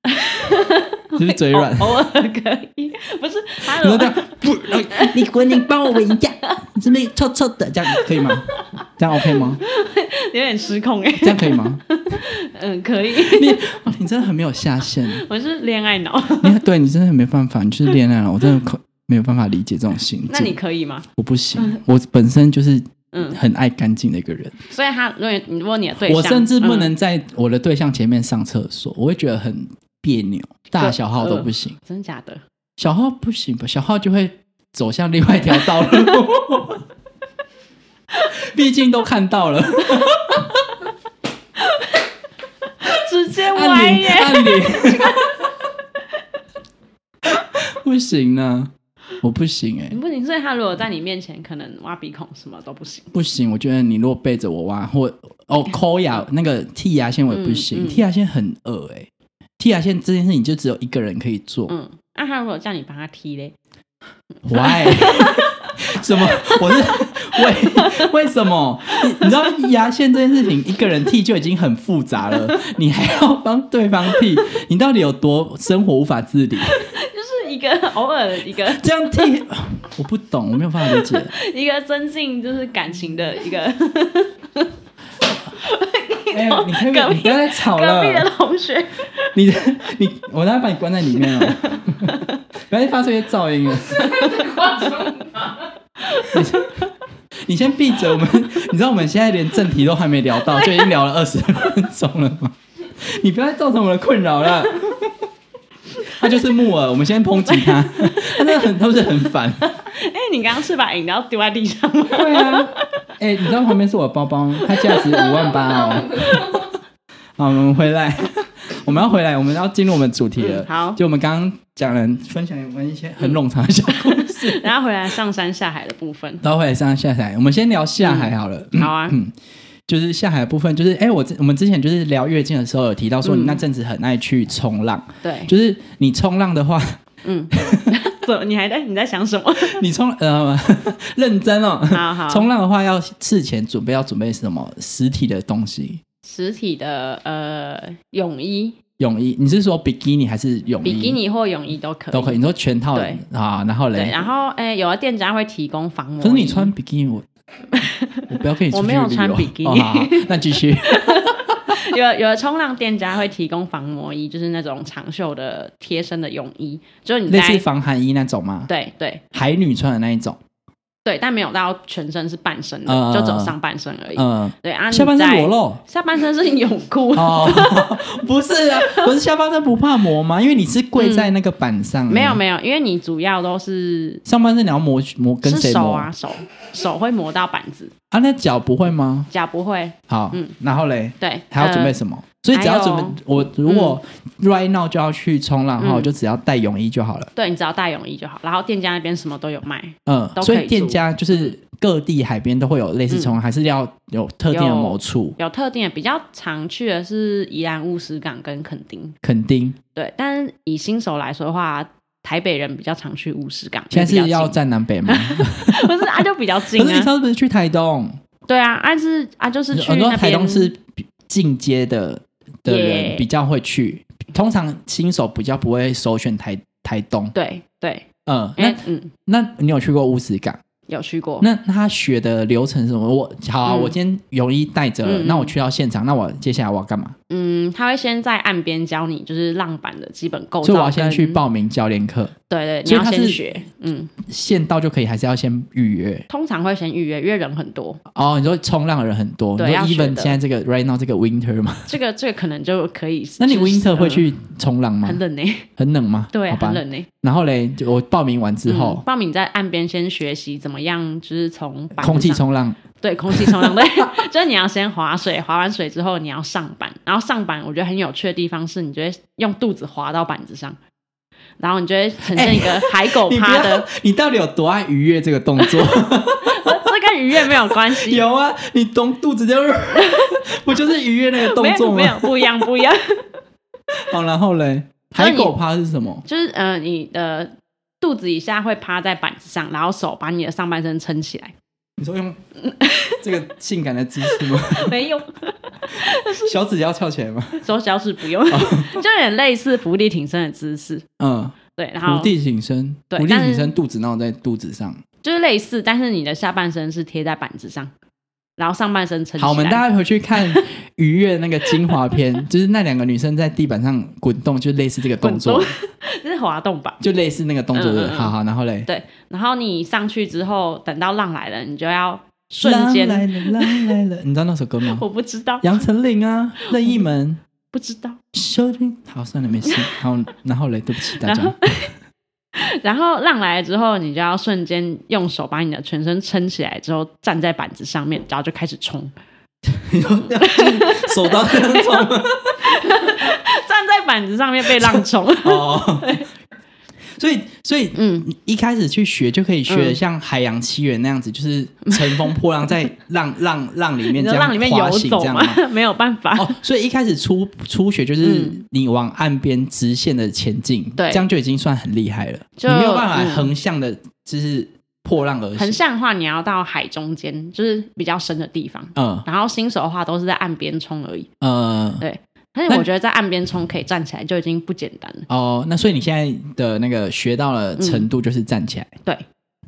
B: 就是嘴软，
A: 偶尔可以，不是还
B: 然
A: 有
B: 后这样不，然后你滚，你帮我闻一下，你这边臭臭的，这样可以吗？这样 OK 吗？
A: 有点失控哎、
B: 这样可以 吗？
A: 嗯，可以，
B: 你、哦你真的很没有下限，
A: 我是恋爱 脑，
B: 你对你真的很没办法，你就是恋爱了，我真的可没有办法理解这种心
A: 那你
B: 境。
A: 可以吗？
B: 我不行，我本身就是
A: 嗯
B: 很爱干净的一个人。
A: 所以他，如果你如果你的对象，
B: 我甚至不
A: 嗯
B: 能在我的对象前面上厕所，我会觉得很别扭，大小号
A: 嗯
B: 都不行，
A: 真假的，
B: 小号不行吧？小号就会走向另外一条道路， 毕竟都看到了，
A: 直接歪
B: 按理
A: 耶、
B: 按理，不行呢，我不行哎、
A: 你不行，所以他如果在你面前可能挖鼻孔什么都不行，
B: 不行，我觉得你如果背着我挖，或哦抠牙那个剔牙线我也不
A: 嗯
B: 行，
A: 嗯
B: 剔牙线很恶哎、剔牙线这件事情就只有一个人可以做，
A: 嗯，那、他如果叫你帮他踢嘞，
B: Why？什么？我是为为什么？你你知道牙线这件事情，一个人剃就已经很复杂了，你还要帮对方剃，你到底有多生活无法自理？
A: 就是一个偶尔一个
B: 这样剃，我不懂，我没有办法理解。
A: 一个增进就是感情的一个
B: 哎、你可以
A: 隔壁
B: 你不要再吵
A: 隔壁的
B: 了，
A: 同学， 哎
B: 你你，我等下把你关在里面了，不要再发出一些噪音了。你先闭嘴，我们你知道我们现在连正题都还没聊到，就已经聊了二十分钟了吗？你不要再造成我的困扰了。他就是木耳，我们先抨击他，他真的很，他不是很烦。
A: 哎、你刚刚是把饮料丢在地上吗？
B: 对啊，哎、你知道旁边是我的包包，它价 值五万八哦。好，我们回来， 我们要回来，我们要进入我们主题了。
A: 嗯好
B: 就我们刚刚讲了，分享完一些很冗长的小故事，
A: 然后回来上山下海的部分，
B: 然后回来上下海，我们先聊下海好了。
A: 好啊，
B: 嗯，就是下海的部分，就是哎、我之我们之前就是聊月经的时候有提到说，
A: 嗯
B: 你那阵子很爱去冲浪，
A: 对，
B: 就是你冲浪的话，
A: 嗯， 怎么你还在你在想什么？
B: 你冲呃 认真哦，
A: 好好，
B: 冲浪的话要事前准备要准备什么实体的东西？
A: 实体的呃泳衣、
B: 泳衣，你是说比基尼还是泳衣？
A: 比基尼或泳衣都可以，
B: 都可以，你说全套的
A: 对
B: 啊，然后
A: 对，
B: 嘞，
A: 然后哎、有的店家会提供防磨。
B: 可是你穿，比基尼我。 我不要跟你出
A: 我
B: 去
A: 没
B: 旅
A: 有
B: 游。
A: 穿比基尼
B: 哦好好那 继续。
A: 有有的冲浪店家会提供防磨衣，就是那种长袖的贴身的泳衣，就是你
B: 类似
A: 在
B: 防寒衣那种吗？
A: 对对
B: 海女穿的那一种。
A: 对，但没有到全身是半身的，
B: 嗯
A: 就只有上半身而已。
B: 嗯，
A: 对啊，你
B: 下半身
A: 在
B: 裸露。
A: 下半身是泳裤，
B: 哦，不是啊，不是下半身不怕磨吗？因为你是跪在那个板 上、啊
A: 没有，没有，因为你主要都是
B: 上半身你要磨磨跟
A: 是
B: 谁
A: 手
B: 磨
A: 啊？手手会磨到板子，
B: 啊那脚不会吗？
A: 脚不会。
B: 好，
A: 嗯
B: 然后嘞，
A: 对，
B: 还要准备
A: 呃
B: 什么？所以只要准备，我如果 right now 就要去冲浪的话，
A: 嗯
B: 我就只要带泳衣就好了。
A: 对你只要带泳衣就好，然后店家那边什么都有卖，
B: 嗯
A: 都，可
B: 所
A: 以
B: 以店家就是各地海边都会有类似冲浪，还是要有特定的
A: 有
B: 某处，
A: 有特定的比较常去的是宜兰乌石港跟垦丁，
B: 垦丁。
A: 对，但是以新手来说的话，台北人比较常去乌石港，
B: 现在
A: 因为
B: 是
A: 比较
B: 要
A: 近
B: 站南北 吗？
A: 不是啊，就比较近
B: 可是你
A: 啊，
B: 上次不是去台东？
A: 对啊，啊是啊就是去
B: 很多
A: 那
B: 台
A: 边
B: 东是比进阶的的人
A: 耶
B: 比较会去，通常新手比较不会首选台台东。
A: 对对，
B: 嗯，那、
A: 哎嗯
B: 那你有去过乌石港？
A: 有去过，
B: 那他学的流程是什么？我好啊、
A: 嗯
B: 我今天泳衣带着了，
A: 嗯嗯
B: 那我去到现场，那我接下来我要干嘛？
A: 嗯，他会先在岸边教你就是浪板的基本构造，
B: 所以我要先去，报名教练课，
A: 对对，你
B: 所以
A: 要
B: 他
A: 先
B: 是
A: 学，嗯，
B: 现到就可以，还是要先预约？
A: 通常会先预约，因为人很多，
B: 哦，你说冲浪的人很多，
A: 对
B: 你
A: 要
B: 说
A: 学
B: even
A: 的
B: 现在这个 right now 这个 winter 嘛，
A: 这个这个可能就可以。
B: 那你
A: 就是
B: winter 会
A: 呃
B: 去冲浪吗
A: 嗯很？冷呢、
B: 很冷吗？
A: 对，
B: 好吧
A: 很。冷呢、
B: 然后嘞，就我报名完之
A: 嗯
B: 后，
A: 报名在岸边先学习怎么样，就是从板子
B: 空气
A: 上
B: 冲 浪，
A: 对空气冲浪，对， 就是你要先划水，划完水之后你要上板，然后上板我觉得很有趣的地方是，你就会用肚子滑到板子上，然后你就会呈现一个海狗
B: 哎你不
A: 趴的，
B: 要， 你到底有多爱愉悦这个动 作？
A: 这跟愉悦没有关系，
B: 有啊，你懂肚子就是， 不就是愉悦那个动
A: 没
B: 作
A: 有没有
B: 吗？
A: 不一样不一样，
B: 哦，然后嘞，
A: 就是
B: 海
A: 你
B: 狗趴是什么？
A: 就是呃你的肚子以下会趴在板子上，然后手把你的上半身撑起 来，
B: 你说用这个性感的姿势 吗？
A: 没有
B: 小指要翘起来吗？
A: 手脚趾不用，
B: 哦
A: 就有点类似浮力挺身的姿势，
B: 嗯，
A: 对，然
B: 伏
A: 后
B: 地挺身，
A: 对
B: 伏地
A: 但是
B: 挺身，肚子闹在肚子上。
A: 就是类似，但是你的下半身是贴在板子上，然后上半身撑起来。
B: 好，我们大家回 去看愉悦那个精华片，就是那两个女生在地板上滚动，就类似这个动作
A: 滚，这是滑动 吧？
B: 就类似那个动作
A: 嗯嗯
B: 的。
A: 嗯
B: 好好，然后嘞，
A: 对，然后你上去之后，等到浪来了，你就要瞬间，
B: 浪来了，浪来了，你知道那首 歌吗？
A: 我不知道，
B: 杨丞琳啊，任意门。
A: 不知道。
B: 收听好，算了，没事。好，然后嘞，对不起大
A: 然
B: 家
A: 后。然后浪来了之后，你就要瞬间用手把你的全身撑起来，之后站在板子上面，然后就开始冲，
B: 你说这样就是 手到这样冲吗
A: 站在板子上面被浪冲。
B: 哦。所以，所以
A: 嗯，
B: 你一开始去学就可以学
A: 嗯
B: 像《海洋奇缘》那样子，就是乘风破浪，在 浪浪浪里
A: 你
B: 面这
A: 就
B: 样
A: 浪里面
B: 滑
A: 游
B: 行
A: 走
B: 这样
A: 嘛
B: 吗？，
A: 没有办法。
B: 哦，所以一开始初初学就是你往岸边直线的前进，
A: 嗯对
B: 这样就已经算很厉害了。你
A: 就
B: 没有办法
A: 嗯
B: 横向的，就是破浪而
A: 横
B: 行。
A: 向的话，你要到海中间，就是比较深的地方。
B: 嗯
A: 然后新手的话都是在岸边冲而已，
B: 呃，
A: 对。但
B: 那
A: 是我觉得在岸边冲可以站起来就已经不简单了。
B: 哦，那所以你现在的那个学到了程度就是站起来。
A: 嗯对，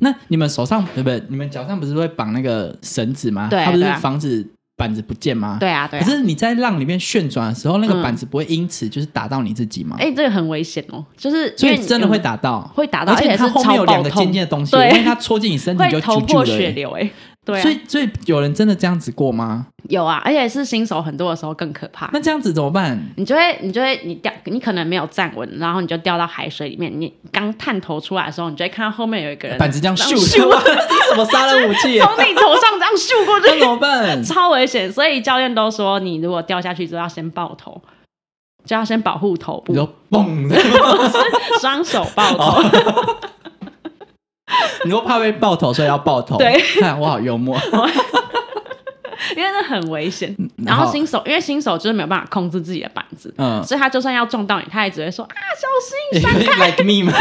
B: 那你们手上对不对？你们脚上不是会绑那个绳子吗？
A: 对啊
B: 它不是
A: 对啊
B: 防止板子不见吗？、
A: 对啊，对啊
B: 可。是你在浪里面旋转的时候，那个
A: 嗯
B: 板子不会因此就是打到你自己吗？
A: 哎、这个很危险哦，就是
B: 所
A: 因为
B: 以
A: 你嗯
B: 真的会打到，
A: 会打到，
B: 而且
A: 且
B: 它
A: 是
B: 后面有
A: 超爆
B: 两个尖
A: 痛，
B: 尖的东西，
A: 对
B: 因为它戳进你身体就
A: 会
B: 啾
A: 头
B: 啾
A: 破
B: 的
A: 血
B: 欸。
A: 流哎、对啊，
B: 所以，所以有人真的这样子过吗？
A: 有啊，而且是新手很多的时候更可怕。
B: 那这样子怎么办？
A: 你就会，你就会，你掉，你可能没有站稳，然后你就掉到海水里面。你刚探头出来的时候，你就会看到后面有一个人
B: 板子这样
A: 然
B: 咻，
A: 后
B: 这是
A: 咻
B: 什么杀人武器欸？
A: 从你头上这样咻过去，
B: 那怎么办？
A: 超危险，所以教练都说，你如果掉下去之后要先抱头，就要先保护头
B: 你
A: 部，
B: 说嘣的吗，
A: 双手抱头。
B: 哦 你说怕被爆头，所以要爆头。
A: 对，
B: 看我好幽默。
A: 因为那很危 险。 然
B: 然
A: 后
B: 后
A: 新手，因为新手就是没有办法控制自己的板子，
B: 嗯
A: 所以他就算要撞到你，他也只会说啊小心。
B: ，like me 吗？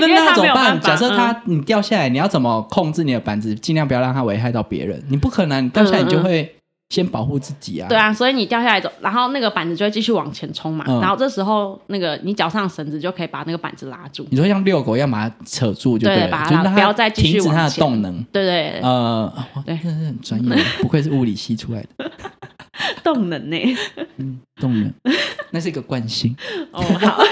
B: 那
A: 因为
B: 那
A: 他
B: 怎
A: 没
B: 么
A: 有
B: 办？
A: 办法嗯
B: 假设他你掉下来，你要怎么控制你的板子，尽量不要让它危害到别人？你不可能，你掉下来你就会先保护自己啊。
A: 对，啊，所以你掉下来走，然后那个板子就会继续往前冲嘛。
B: 嗯
A: 然后这时候那个你脚上的绳子就可以把那个板子拉住。
B: 你说像遛狗一样把它扯住就
A: 对啊
B: 了，
A: 把它
B: 就让它
A: 不要再继续
B: 停止它
A: 往
B: 的
A: 前
B: 动能。
A: 对对对，
B: 呃，哇
A: 对
B: 真的是很 专业，不愧是物理系出来的
A: 动能呢、
B: 动 能，那是一个惯性。
A: 哦，好。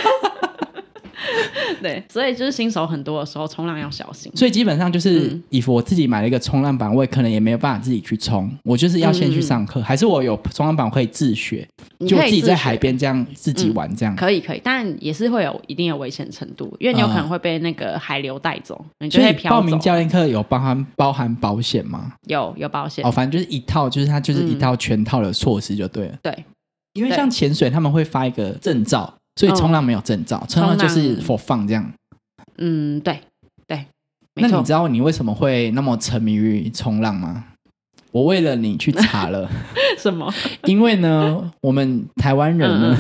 A: 对，所以就是新手很多的时候，冲浪要小心。
B: 所以基本上就是
A: 嗯，
B: 以我自己买了一个冲浪板，我也可能也没有办法自己去冲，我就是要先去上课，还是我有冲浪板可以自学，
A: 你
B: 就我
A: 可
B: 自
A: 以
B: 己
A: 自
B: 在
A: 学嗯
B: 海边这样自己玩这样。
A: 可以可以，但也是会有一定的危险程度，因为你有可能会被那个海流带走，你就
B: 所以
A: 会飘走。
B: 报名教练课有包含包含保险吗？
A: 有有保险，
B: 哦，反正就是一套，就是它就是一套全套的措施就对了。
A: 对，
B: 因为
A: 对
B: 像潜水他们会发一个证照，所以
A: 嗯
B: 冲浪没有证照，冲浪就
A: 冲浪
B: 是 for fun 这样。
A: 嗯，对对，没
B: 那你
A: 错
B: 知。道你为什么会那么沉迷于冲浪吗？我为了你去查了，
A: 什么？
B: 因为呢，我们台湾人呢，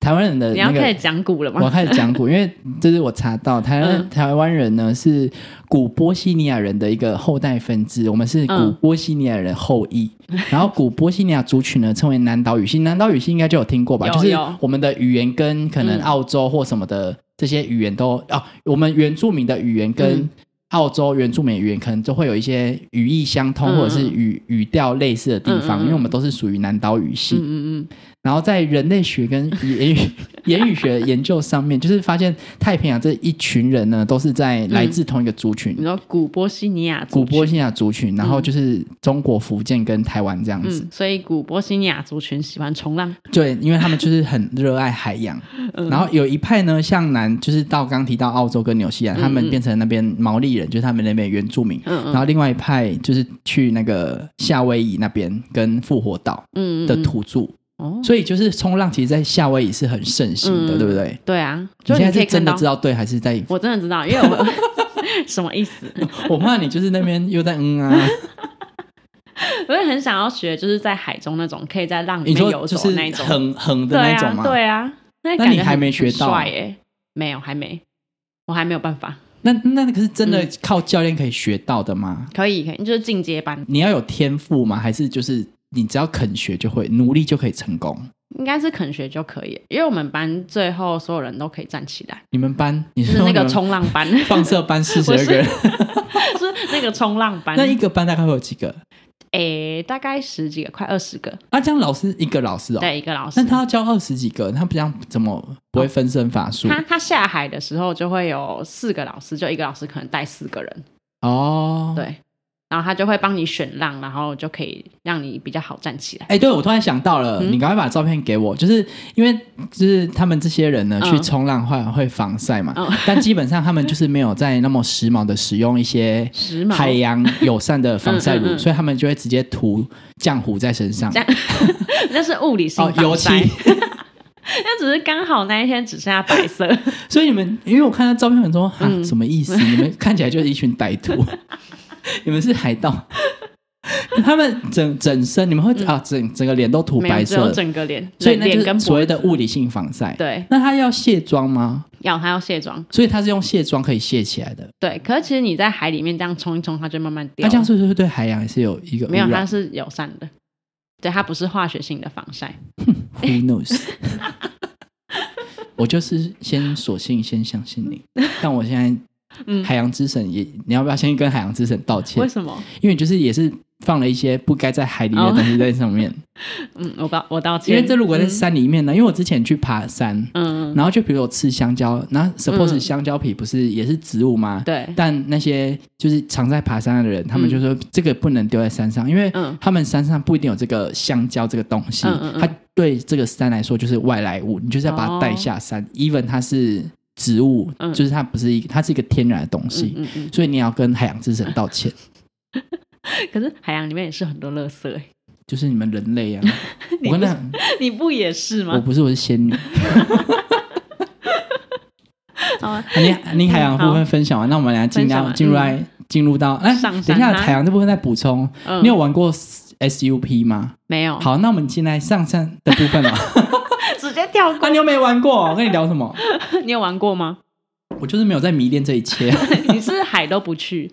B: 台湾人的
A: 嗯你要
B: 呃那
A: 开
B: 个
A: 始，讲古了
B: 我
A: 吗？
B: 开始讲古，因为这是我查到台湾、
A: 嗯
B: 台湾人呢是古波西尼亚人的一个后代分支，我们是古
A: 嗯
B: 波西尼亚人后裔，然后古波西尼亚族群呢称为南岛语系，南岛语系应该就有听过吧？
A: 有
B: 就是
A: 有
B: 我们的语言跟可能
A: 嗯
B: 啊澳洲或什么的这些语言都、哦，我们原住民的语言跟、
A: 嗯
B: 澳洲原住美语言，可能就会有一些语义相通，
A: 嗯
B: 或者是语语调类似的地
A: 嗯嗯嗯
B: 方，因为我们都是属于南岛语系。
A: 嗯嗯
B: 然后在人类学跟言语 言语学研究上面，就是发现太平洋这一群人呢，都是在来自同一个族群
A: 嗯，你，说古波西尼亚族
B: 古
A: 群，
B: 波西亚族群，然后就是中国福建跟台湾这样子。
A: 嗯，所以古波西尼亚族群喜欢冲浪，
B: 对，因为他们就是很热爱海 洋。
A: 嗯
B: 然后有一派呢，向南就是到刚提到澳洲跟纽西兰，他们变成那边毛利人，就是他们那边原住民。
A: 嗯
B: 然后另外一派就是去那个夏威夷那边跟复活岛
A: 嗯嗯
B: 的
A: 嗯
B: 土著，
A: 哦，
B: 所以就是冲浪，其实，在夏威夷是很盛行的，
A: 嗯
B: 对不对？
A: 对啊，
B: 你
A: 就
B: 现在
A: 可以
B: 是真
A: 看
B: 的
A: 到
B: 知，道对还是在？
A: 我真的知道，因为我 什么意思？
B: 我怕你就是那边又在嗯啊，
A: 我也很想要学，就是在海中那种可以在浪里
B: 你
A: 面
B: 说
A: 游
B: 就
A: 走
B: 是
A: 的那一种，
B: 横横的
A: 对
B: 那种
A: 啊，
B: 嘛？
A: 对啊，那
B: 那
A: 感
B: 你
A: 觉
B: 还
A: 很
B: 没学到啊
A: 很帅耶？没有，还没，我还没有办法，
B: 那那个是真的
A: 嗯
B: 靠教练可以学到的吗？
A: 可以，可以，就是进阶班，
B: 你要有天赋吗？还是就是你只要肯学就会，努力就可以成功？
A: 应该是肯学就可以，因为我们班最后所有人都可以站起来，
B: 你们班你
A: 就是那
B: 你
A: 个
B: 们
A: 冲浪班，
B: 放射班四十
A: 不
B: 二
A: 是
B: 个人，
A: 是那个冲浪班，
B: 那一个班大概会有几个？
A: 诶，大概十几个，快二十个，
B: 啊，这样老师一个老师哦，
A: 对，一个老师
B: 那。他要教二十几个，他不这样怎么不会分身乏术？
A: 他他下海的时候就会有四个老师，就一个老师可能带四个人，
B: 哦，。
A: 对，然后他就会帮你选浪，然后就可以让你比较好站起来。
B: 哎、对，我突然想到了，
A: 嗯
B: 你赶快把照片给我，就是因为就是他们这些人呢，
A: 嗯
B: 去冲浪会会防晒嘛，
A: 嗯
B: 但基本上他们就是没有在那么时髦的使用一些
A: 时髦
B: 海洋友善的防晒乳，
A: 嗯嗯嗯
B: 所以他们就会直接涂浆糊在身上
A: 这，样 那是物理性
B: 哦，
A: 防
B: 油
A: 晒
B: 漆。
A: 那只是刚好那一天只剩下白 色，
B: 所以你们，因为我看到照片，我说哈、
A: 嗯
B: 什么意思？你们看起来就是一群歹徒， 你们是海盗。他们整整身，你们会、啊，整整个脸都涂
A: 嗯没有
B: 白
A: 只有
B: 色，
A: 整个脸，
B: 所以那
A: 脸
B: 就
A: 跟脖
B: 是所谓的
A: 子
B: 物理性防晒。
A: 对，
B: 那他要卸妆吗？
A: 要它要卸妆，
B: 所以他是用卸妆可以卸起来的。
A: 对。可是其实你在海里面这样冲一冲，它就慢慢掉
B: 那
A: 了。
B: 这样是不是对海洋也是有一个污
A: 没有，它
B: 染
A: 是友善的，对，它不是化学性的防晒。
B: ？Who knows？我就是先索性先相信 你，但我现在
A: 嗯，
B: 海洋之神也，你要不要先跟海洋之神道歉
A: 为？什么？
B: 因为就是也是放了一些不该在海里
A: 哦
B: 面的东西在 上面。
A: 嗯，我道我道歉。嗯
B: 因为这如果在山里面呢，因为我之前去爬山，
A: 嗯，嗯，
B: 然后就比如我吃香蕉，然后 suppose
A: 嗯
B: 香蕉皮不是也是植物吗？
A: 对，
B: 但那些就是常在爬山的人，他们就说这个不能丢在山上，因为
A: 嗯
B: 他们山上不一定有这个香蕉这个东西，
A: 嗯嗯嗯
B: 它对这个山来说就是外来物，你就是要把它带下山。even 它是植物，
A: 哦嗯
B: 就是它不是一个，它是一个天然的东西，
A: 嗯嗯
B: 所以你也要跟海洋之神 道歉，
A: 嗯。可是海洋里面也是很多垃圾、欸，
B: 就是你们人类啊。
A: 你
B: 我跟
A: 不是
B: 你讲，
A: 你不也是
B: 我
A: 吗？
B: 不是我是仙女。 啊
A: 好啊，
B: 你你海洋部分分享完，那我们来进
A: 分享
B: 到
A: 完
B: 进入来进入到哎，
A: 上
B: 等一
A: 山
B: 下
A: 啦
B: 海洋这部分再补充。
A: 嗯
B: 你有玩过 SUP 吗？
A: 没有？
B: 好，那我们进来上山的部分了。
A: 直接跳过
B: 啊，。你又没玩过，我跟你聊什么？
A: 你有玩过吗？
B: 我就是没有在迷恋这一切。
A: 你是海都不去，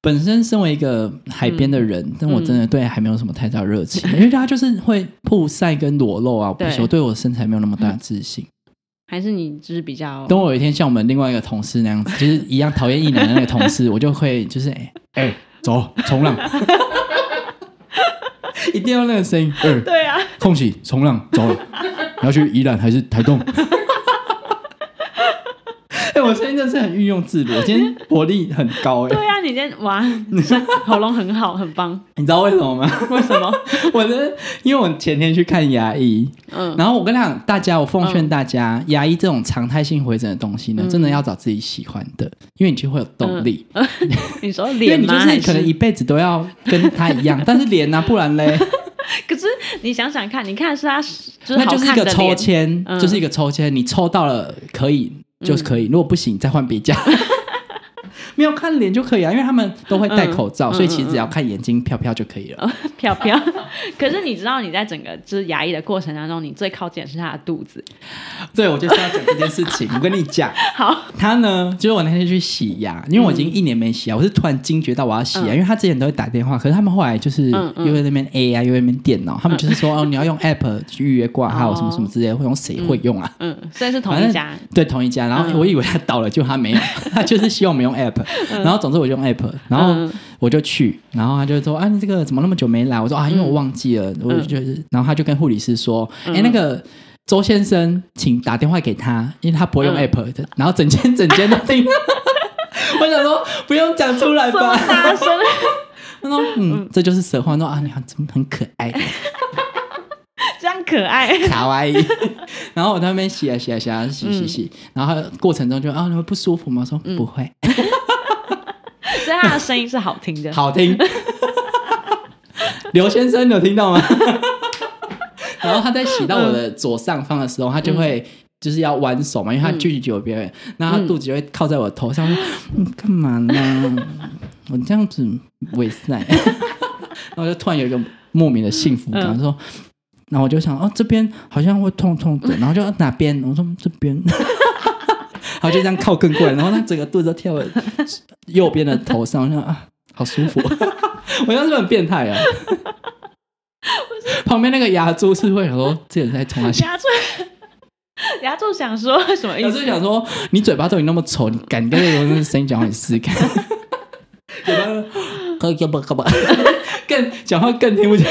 B: 本身身为一个海边的人，但我真的对海没有什么太大热情，因为大家就是会曝晒跟裸露啊。比
A: 对
B: 如说，对我身材没有那么大的自信。
A: 还是你就是比较
B: 等我有一天像我们另外一个同事那样子，就是一样讨厌一男的那个同事，我就会就是哎哎、走冲浪，一定要那个声音，哎、
A: 对啊，
B: 空隙冲浪走 了，你要去宜兰还是台东？ 哎、我最近真的是很运用自如，我今天活力很高哎、
A: 对啊，你今天哇，你现在喉咙很好，很棒。
B: 你知道为什么吗？
A: 为什么？
B: 我的，因为我前天去看牙医，
A: 嗯，
B: 然后我跟你讲，大家，我奉劝大家，牙医这种常态性回诊的东西呢，
A: 嗯
B: 真的要找自己喜欢的，因为你就会有动力，
A: 你说
B: 因为
A: 脸
B: 你就
A: 吗？
B: 是可能
A: 还
B: 一辈子都要跟他一 样，但是脸啊，不然嘞，
A: 可是你想想看，你看是他就是
B: 那
A: 好
B: 就是一
A: 看
B: 个
A: 的
B: 抽
A: 脸，
B: 签，
A: 嗯
B: 就是一个抽签，你抽到了可以就是可以，如果不行再换 别家。没有看脸就可以啊，因为他们都会戴口罩，
A: 嗯
B: 所以其实只要看眼睛飘飘就可以 了。
A: 飘飘。可是你知道你在整个就是牙医的过程当中，你最靠近的是他的肚子。
B: 对，我就是要讲这件事情。我跟你讲，
A: 好，
B: 他呢，就是我那天去洗牙，因为我已经一年没洗牙，我是突然惊觉到我要洗牙，
A: 嗯
B: 因为他之前都会打电话，可是他们后来就是
A: 嗯嗯
B: 又在那边 A 啊，又在那边电脑，他们就是说、哦，你要用 App 去预约挂
A: 哦
B: 号什么什么之类的，会用谁会用啊？
A: 嗯，虽然是同
B: 反正
A: 一家，
B: 对，同一家。然后
A: 嗯
B: 我以为他倒了，就他没有，他就是希望我们用 App。然后总之我就用 app，然后
A: 嗯
B: 我就去，然后他就说啊，你这个怎么那么久没来？我说啊，
A: 嗯
B: 因为我忘记了，我就觉得，然后他就跟护理师说，
A: 嗯
B: 哎、那个。周先生，请打电话给他，因为他不会用
A: 嗯
B: app 的。然后整间整间都 听，我想说不用讲出来
A: 这么
B: 吧。
A: 大声，
B: 他说嗯，这就是蛇话。他说啊，你很怎么很可爱，
A: 这样可爱。
B: 卡哇伊。 然后我在那边洗啊洗啊洗啊洗洗洗，然后过程中就啊，你会不舒服吗？我说不会，
A: 所以他的声音是好听的。
B: 好听。 刘先生，你有听到吗？ 然后他在洗到我的左上方的时候，他就会就是要弯手嘛，因为他距离久有别人，然后他肚子就会靠在我头上，我说嗯，干嘛呢？我这样子伪善， 然后就突然有一个莫名的幸福感，
A: 嗯
B: 说。然后我就想，哦，这边好像会痛痛的，然后就啊哪边？我说这边， 然后就这样靠更过来，然后他整个肚子都贴我右边的头上，我想啊，好舒服， 我像是不是很变态啊。 旁边那个牙珠是会想说，这人在冲他笑。
A: 牙柱， 牙柱想说什么意
B: 我
A: 思
B: 是？想说，你嘴巴都已经那么丑，你敢跟那种声音讲话，你试试看。嘴巴咯咯吧咯吧，更讲话更听不清。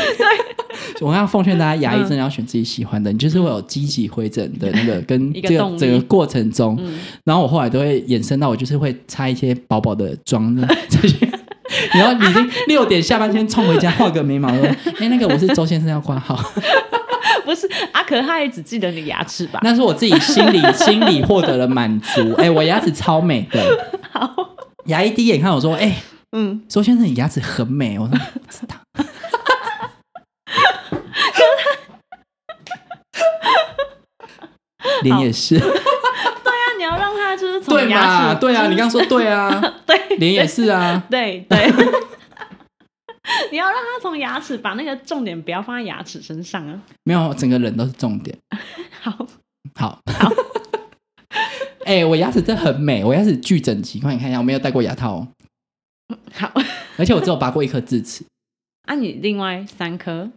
B: 我要奉劝大家，牙医真的要选自己喜欢的，你就是会有积极回诊的那个跟
A: 一个
B: 这个嗯
A: 动力
B: 整个过程中。然后我后来都会衍生到，我就是会擦一些薄薄的妆这 些。然后已经六点下班先冲回家画个眉毛，说：“哎、那个我是周先生要挂号。”
A: 不是阿可，他也只记得你牙齿吧？
B: 那是我自己心 里心里获得了满足。哎、我牙齿超美的。好，牙医第一眼看我说：“哎、
A: 嗯，
B: 周先生，你牙齿很美。”我说：“ 不知道。”脸也是，
A: 那你要让他就是从
B: 对
A: 牙
B: 嘛？
A: 齿，
B: 对啊，你刚说 对啊，
A: 对
B: 脸也是啊。
A: 对对， 你要让他从牙齿把那个重点不要放在牙齿身上啊。
B: 没有，整个人都是重点。
A: 好，
B: 好，好。 哎、我牙齿真的很美，我牙齿巨整齐。快点看一下，我没有戴过牙套、哦，
A: 好，
B: 而且我只有拔过一颗智齿
A: 啊，你另外三颗，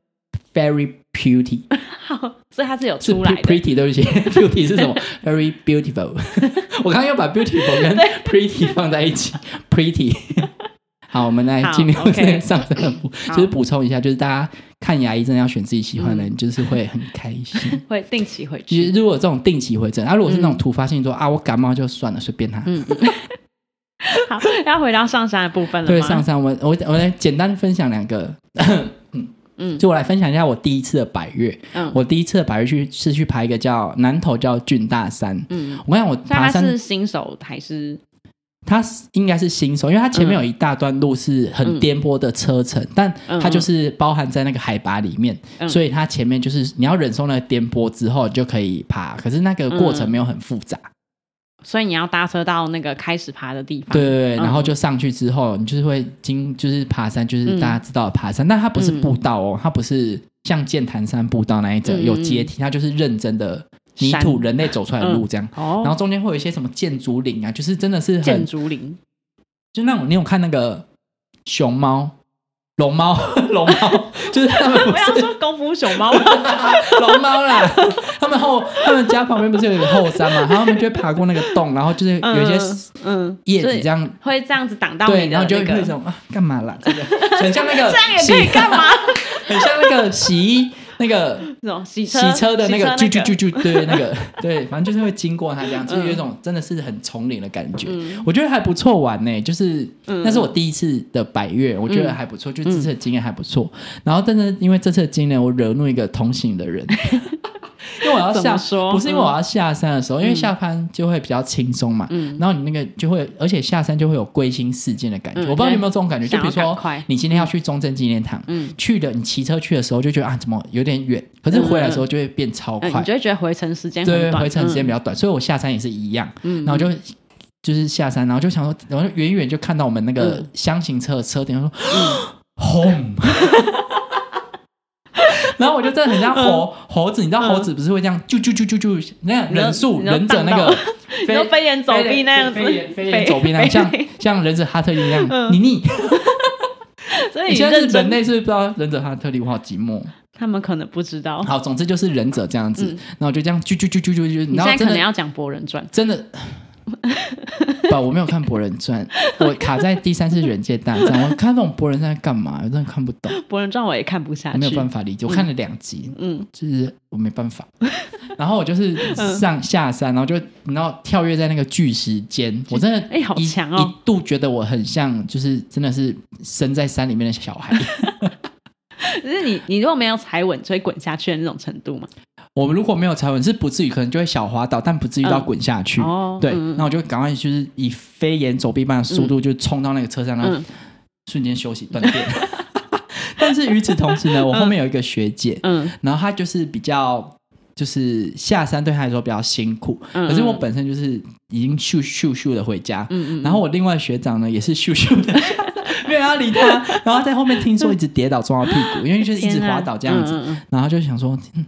B: ，very pretty。
A: 好，所以他是有
B: 是
A: 出来
B: pre-
A: 的。
B: pretty，对不起 ，beauty 是什么？Very beautiful。我 刚刚又把 beautiful 跟 pretty 放在一起，pretty。好，我们来
A: 好
B: 进入
A: OK
B: 这个 上升部，
A: 好
B: 就是补充一下，就是大家看牙医真的要选自己喜
A: 嗯
B: 欢的，你就是会很开心。
A: 会定期回
B: 其实
A: 去。
B: 如果这种定期回诊，啊，如果是那种突发性说啊，我感冒就算了，随便他。
A: 嗯， 好，要回到上山的部分了吗？
B: 对，上山，我我我来简单分享两个，
A: 嗯
B: 就我来分享一下我第一次的百越。
A: 嗯
B: 我第一次的百越去是去爬一个叫南头叫郡大山。
A: 嗯，
B: 我跟你讲，我
A: 所以
B: 爬
A: 他
B: 山
A: 是新手还是
B: 他是应该是新手，因为他
A: 嗯
B: 前面有一大段路是很颠簸的车程，但他就是包含在那个海拔里面，
A: 嗯
B: 所以他前面就是你要忍受那个颠簸之后，你就可以爬。可是那个过程没有很复杂，
A: 嗯所以你要搭车到那个开始爬的地方。
B: 对对
A: 嗯
B: 对。然后就上去之后，你就是会经就是爬山，就是大家知道的爬山，但它不是步道哦，它不是像剑潭山步道那一种
A: 嗯
B: 有阶梯，它就是认真的泥土
A: 山
B: 人类走出来的路这样。然
A: 哦，
B: 后中间会有一些什么建筑岭啊，就是真的是很
A: 建竹 林，
B: 就那种你有看那个熊猫、龙猫、 龙猫， 就是他们
A: 我
B: 不
A: 要
B: 是
A: 说功夫熊猫，
B: 龙猫啦，他们后他们家旁边不是有一个后山嘛，然后他们就会爬过那个洞，然后就是有一些
A: 嗯
B: 叶子这样，
A: 会这样子挡到
B: 对，
A: 你的
B: 然后
A: 那
B: 就会
A: 个
B: 那，种啊干嘛啦？这个很像那个
A: 这样也
B: 洗
A: 可以干嘛？
B: 很像那个洗衣那个
A: 那种洗车
B: 洗车的那个
A: 洗
B: 啾
A: 车
B: 啾 啾啾，对那个对，反正就是会经过它这样，就是有一种真的是很丛林的感觉。
A: 嗯
B: 我觉得还不错玩呢、就是
A: 嗯
B: 那是我第一次的百越，我觉得还不错，就这次的经验还不错。然后但是因为这次的经验，我惹怒一个同行的 人。因为我要
A: 怎
B: 下
A: 么，说
B: 不是因为我要下山的时候，因为下山就会比较轻松嘛，
A: 嗯
B: 然后你那个就会，而且下山就会有归心似箭的感觉。
A: 嗯
B: 我不知道你有没有这种感觉，就
A: 想
B: 比如
A: 要赶
B: 说
A: 快
B: 你今天要去中正纪念堂，
A: 嗯
B: 去的你骑车去的时候就觉得啊，怎么有点远，可是回来的时候就会变超
A: 嗯，
B: 快，
A: 你就会觉得回程时间很
B: 对，
A: 短，嗯
B: 回程时间比
A: 较，
B: 较短，所以我下山也是一样，
A: 嗯
B: 然后就。就是下山，然后就想说，然后就远远就看到我们那个
A: 嗯
B: 箱型车的车顶，我说、home，然后我就真的很
A: 嗯
B: 像猴、猴子，你知道猴子不是会这样啾啾啾啾啾，那
A: 你都
B: 人数
A: 你都
B: 忍者
A: 荡
B: 那个
A: 到 你说飞檐走壁那样子，
B: 飞檐飞檐走壁那样，像
A: 飞
B: 像忍者哈特利一样，
A: 嗯
B: 你腻。
A: 所以
B: 你
A: 你
B: 现在是
A: 认
B: 人
A: 真，
B: 类是不是不知道忍者哈特利，我好寂寞。
A: 他们可能不知道。
B: 好，总之就是忍者这样子，然后我就这样啾啾啾啾啾啾，
A: 嗯你现
B: 然后
A: 在
B: 真
A: 可能
B: 的
A: 要讲《博人传
B: 真的。吧，我没有看《博人传》，我卡在第三次人界大战，我看懂《博人传》在干嘛，我真的看不懂，
A: 博人传我也看不下
B: 我
A: 去，
B: 没有办法理解。我看了两集，
A: 嗯，
B: 就是我没办法。然后我就是上下山，然后就然后跳跃在那个巨石间，我真的
A: 哎好
B: 一
A: 强哦
B: 一度觉得我很像，就是真的是生在山里面的小孩。
A: 可是你你如果没有踩稳，就会滚下去的那种程度嘛。
B: 我们如果没有踩稳，是不至于可能就会小滑倒，但不至于到滚下去。
A: 哦，
B: 对，
A: 嗯
B: 那我就赶快就是以飞檐走壁般的速度就冲到那个车上，然后
A: 嗯
B: 瞬间休息断 电。 但是与此同时呢，我后面有一个学姐，
A: 嗯，
B: 然后她就是比较就是下山对她来说比较辛苦，
A: 嗯
B: 可是我本身就是已经咻咻咻的回家，
A: 嗯嗯
B: 然后我另外学长呢也是咻咻的。 没有要理他，然后在后面听说一直跌倒撞到屁股，因为就是一直
A: 天哪
B: 滑倒这样子，
A: 嗯嗯
B: 然后就想说，嗯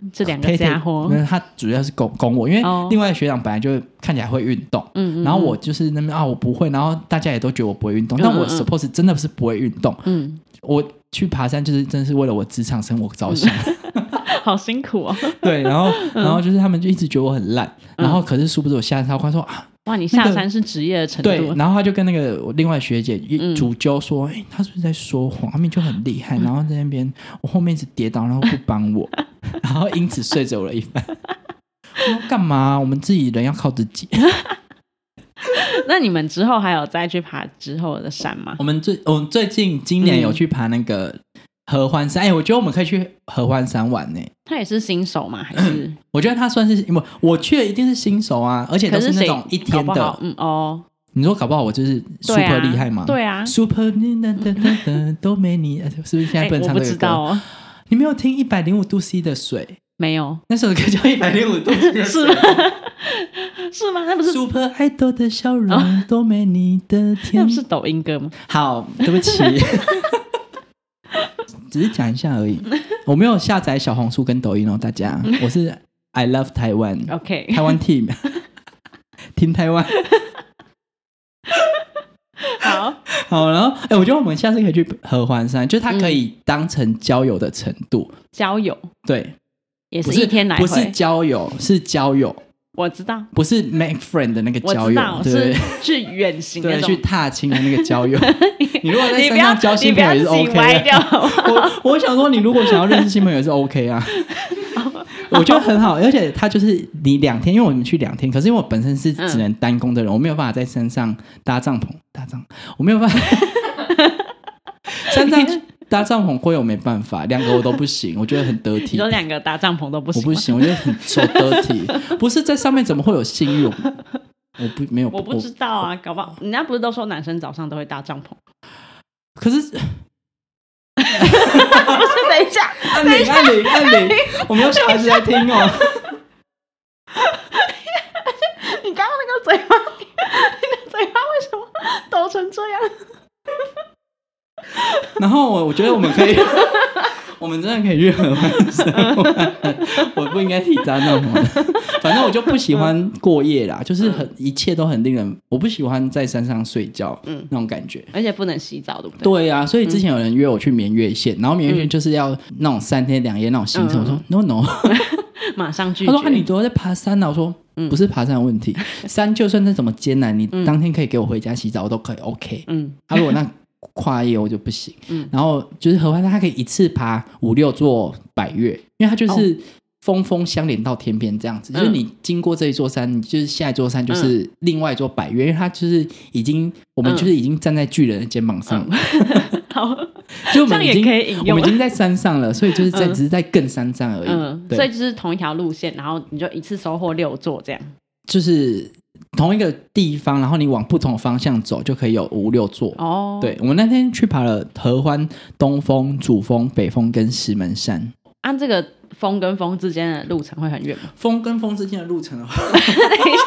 A: 嗯这两
B: 可
A: 个
B: 以
A: 家伙，
B: 那他主要是拱拱我，因为
A: 哦
B: 另外的学长本来就看起来会运动，
A: 嗯嗯，
B: 然后我就是那边啊我不会，然后大家也都觉得我不会运动，但我
A: 嗯嗯嗯
B: suppose 真的是不会运动，
A: 嗯，
B: 我去爬山就是真的是为了我职场生活 着想，
A: 好辛苦 哦，
B: 对，然后然后就是他们就一直觉得我很烂，
A: 嗯
B: 然后可是殊不知我下山，他说啊
A: 哇，你
B: 那
A: 下
B: 个
A: 山是职业的程
B: 对
A: 度，，
B: 然后他就跟那个我另外学姐一
A: 嗯
B: 主揪说，哎、他是不是在说谎？他们就很厉害，然后在那边我后面一直跌倒，然后不 帮我，然后因此睡着了一番。 我说干嘛？我们自己人要靠自己。
A: 那你们之后还有再去爬之后的山吗？
B: 我们最我们最近今年有去爬那个合欢山，哎、我觉得我们可以去合欢山玩呢、
A: 他也是新手吗？还是
B: 我觉得他算是不，我去的一定是新手啊，而且
A: 可
B: 都是那
A: 谁
B: 种一
A: 搞
B: 天
A: 不好
B: 的。
A: 嗯哦，
B: 你说搞不好我就是
A: 对
B: super
A: 啊
B: 厉害吗？
A: 对啊，
B: Super 哒哒哒哒都没你，呃是不是现在
A: 哎
B: 不能
A: 我
B: 唱
A: 不
B: 这个
A: 知
B: 歌？
A: 道哦，
B: 你没有听一百零五度 C 的水？
A: 没有
B: 那首歌叫一百零五度 C 的
A: 是
B: 水
A: 吗。？是吗？那不是
B: Super Idol 的笑容都没你的
A: 那
B: 甜
A: 不。是抖音歌吗？
B: 好，对不起， 只是讲一下而已。我没有下载小红书跟抖音哦，大家，我是 I love Taiwan，
A: OK，
B: 台湾 team，听台湾。
A: 好，
B: 好，然后哎、我觉得我们下次可以去合欢山，就是它可以当成交友的程度，
A: 交友
B: 对，
A: 也
B: 不
A: 嗯是一天来
B: 不是
A: 回，
B: 交友，是交友，
A: 我知道，
B: 不是 make friend 的那个
A: 我
B: 交
A: 知
B: 友，
A: 道
B: 对不
A: 是
B: 对？
A: 去远行那
B: 对，去
A: 种。
B: 踏青的那个 交友。你如果在
A: 你不
B: 山
A: 要
B: 上交
A: 你
B: 新
A: 不
B: 朋
A: 要
B: 友也
A: 自
B: 是
A: 己
B: OK
A: 歪掉
B: 的。
A: 好 吗？
B: 我我想说，你如果想要认识新朋友也是 OK 啊，我觉得很好。而且他就是你两天，因为我们去两天，可是因为我本身是
A: 嗯
B: 只能单攻的人，我没有办法在山上搭帐篷搭帐，我没有 办法山上搭帐篷会有没办法，两个我都不行，我觉得很得体
A: 你。说两个搭帐篷都不
B: 我
A: 行吗，
B: 不行，我觉得很 so dirty。不是在上面怎么会有性欲？我我不没有，
A: 我不知道啊，搞不好人家不是都说男生早上都会搭帐篷？
B: 可是
A: 不是，等一下，
B: 按铃按 铃按铃，我们有小孩子在听哦。
A: 你刚刚那个嘴巴，你的嘴巴为什么抖成这样？
B: 然后我我觉得我们可以， 我们真的可以去合欢山玩。 我不应该提渣男玩，反正我就不喜欢过夜啦，就是很一切都很令人，我不喜欢在山上睡觉，
A: 嗯
B: 那种感觉。
A: 而且不能洗澡，对不对？
B: 对呀、啊，所以之前有人约我去绵月县，然后绵月县就是要那种三天两夜那种行程，
A: 嗯
B: 我说 no no，
A: 马上拒
B: 他
A: 绝。
B: 说啊你都在爬山呢、我说
A: 嗯
B: 不是爬山的 问题，山就算再怎么艰难，你当天可以给我回家洗澡，我都可以 OK。
A: 嗯
B: 啊，如果那跨夜我就不行。
A: 嗯
B: 然后就是合欢山，它可以一次爬五六座百岳，因为它就是峰峰相连到天边这样子。
A: 哦嗯
B: 就是你经过这一座山，你就是下一座山就是另外一座百岳，因为它就是已经我们
A: 嗯
B: 就是已经站在巨人的肩膀上了，
A: 好，
B: 就
A: 这
B: 我
A: 样
B: 们已
A: 也可
B: 经。
A: 以引
B: 我
A: 用啊
B: 们已。经在山上了，所以就是在、
A: 嗯
B: 只是在更山上而已。
A: 嗯，所以
B: 对，
A: 就是同一条路线，然后你就一次收获六座这样。
B: 就是同一个地方，然后你往不同的方向走，就可以有五六座。
A: 哦，
B: 对，我们那天去爬了合欢、东峰、主峰、北峰跟石门山。
A: 按、啊这个峰跟峰之间的路程会很远吗？
B: 峰跟峰之间的路程的话， 等一下，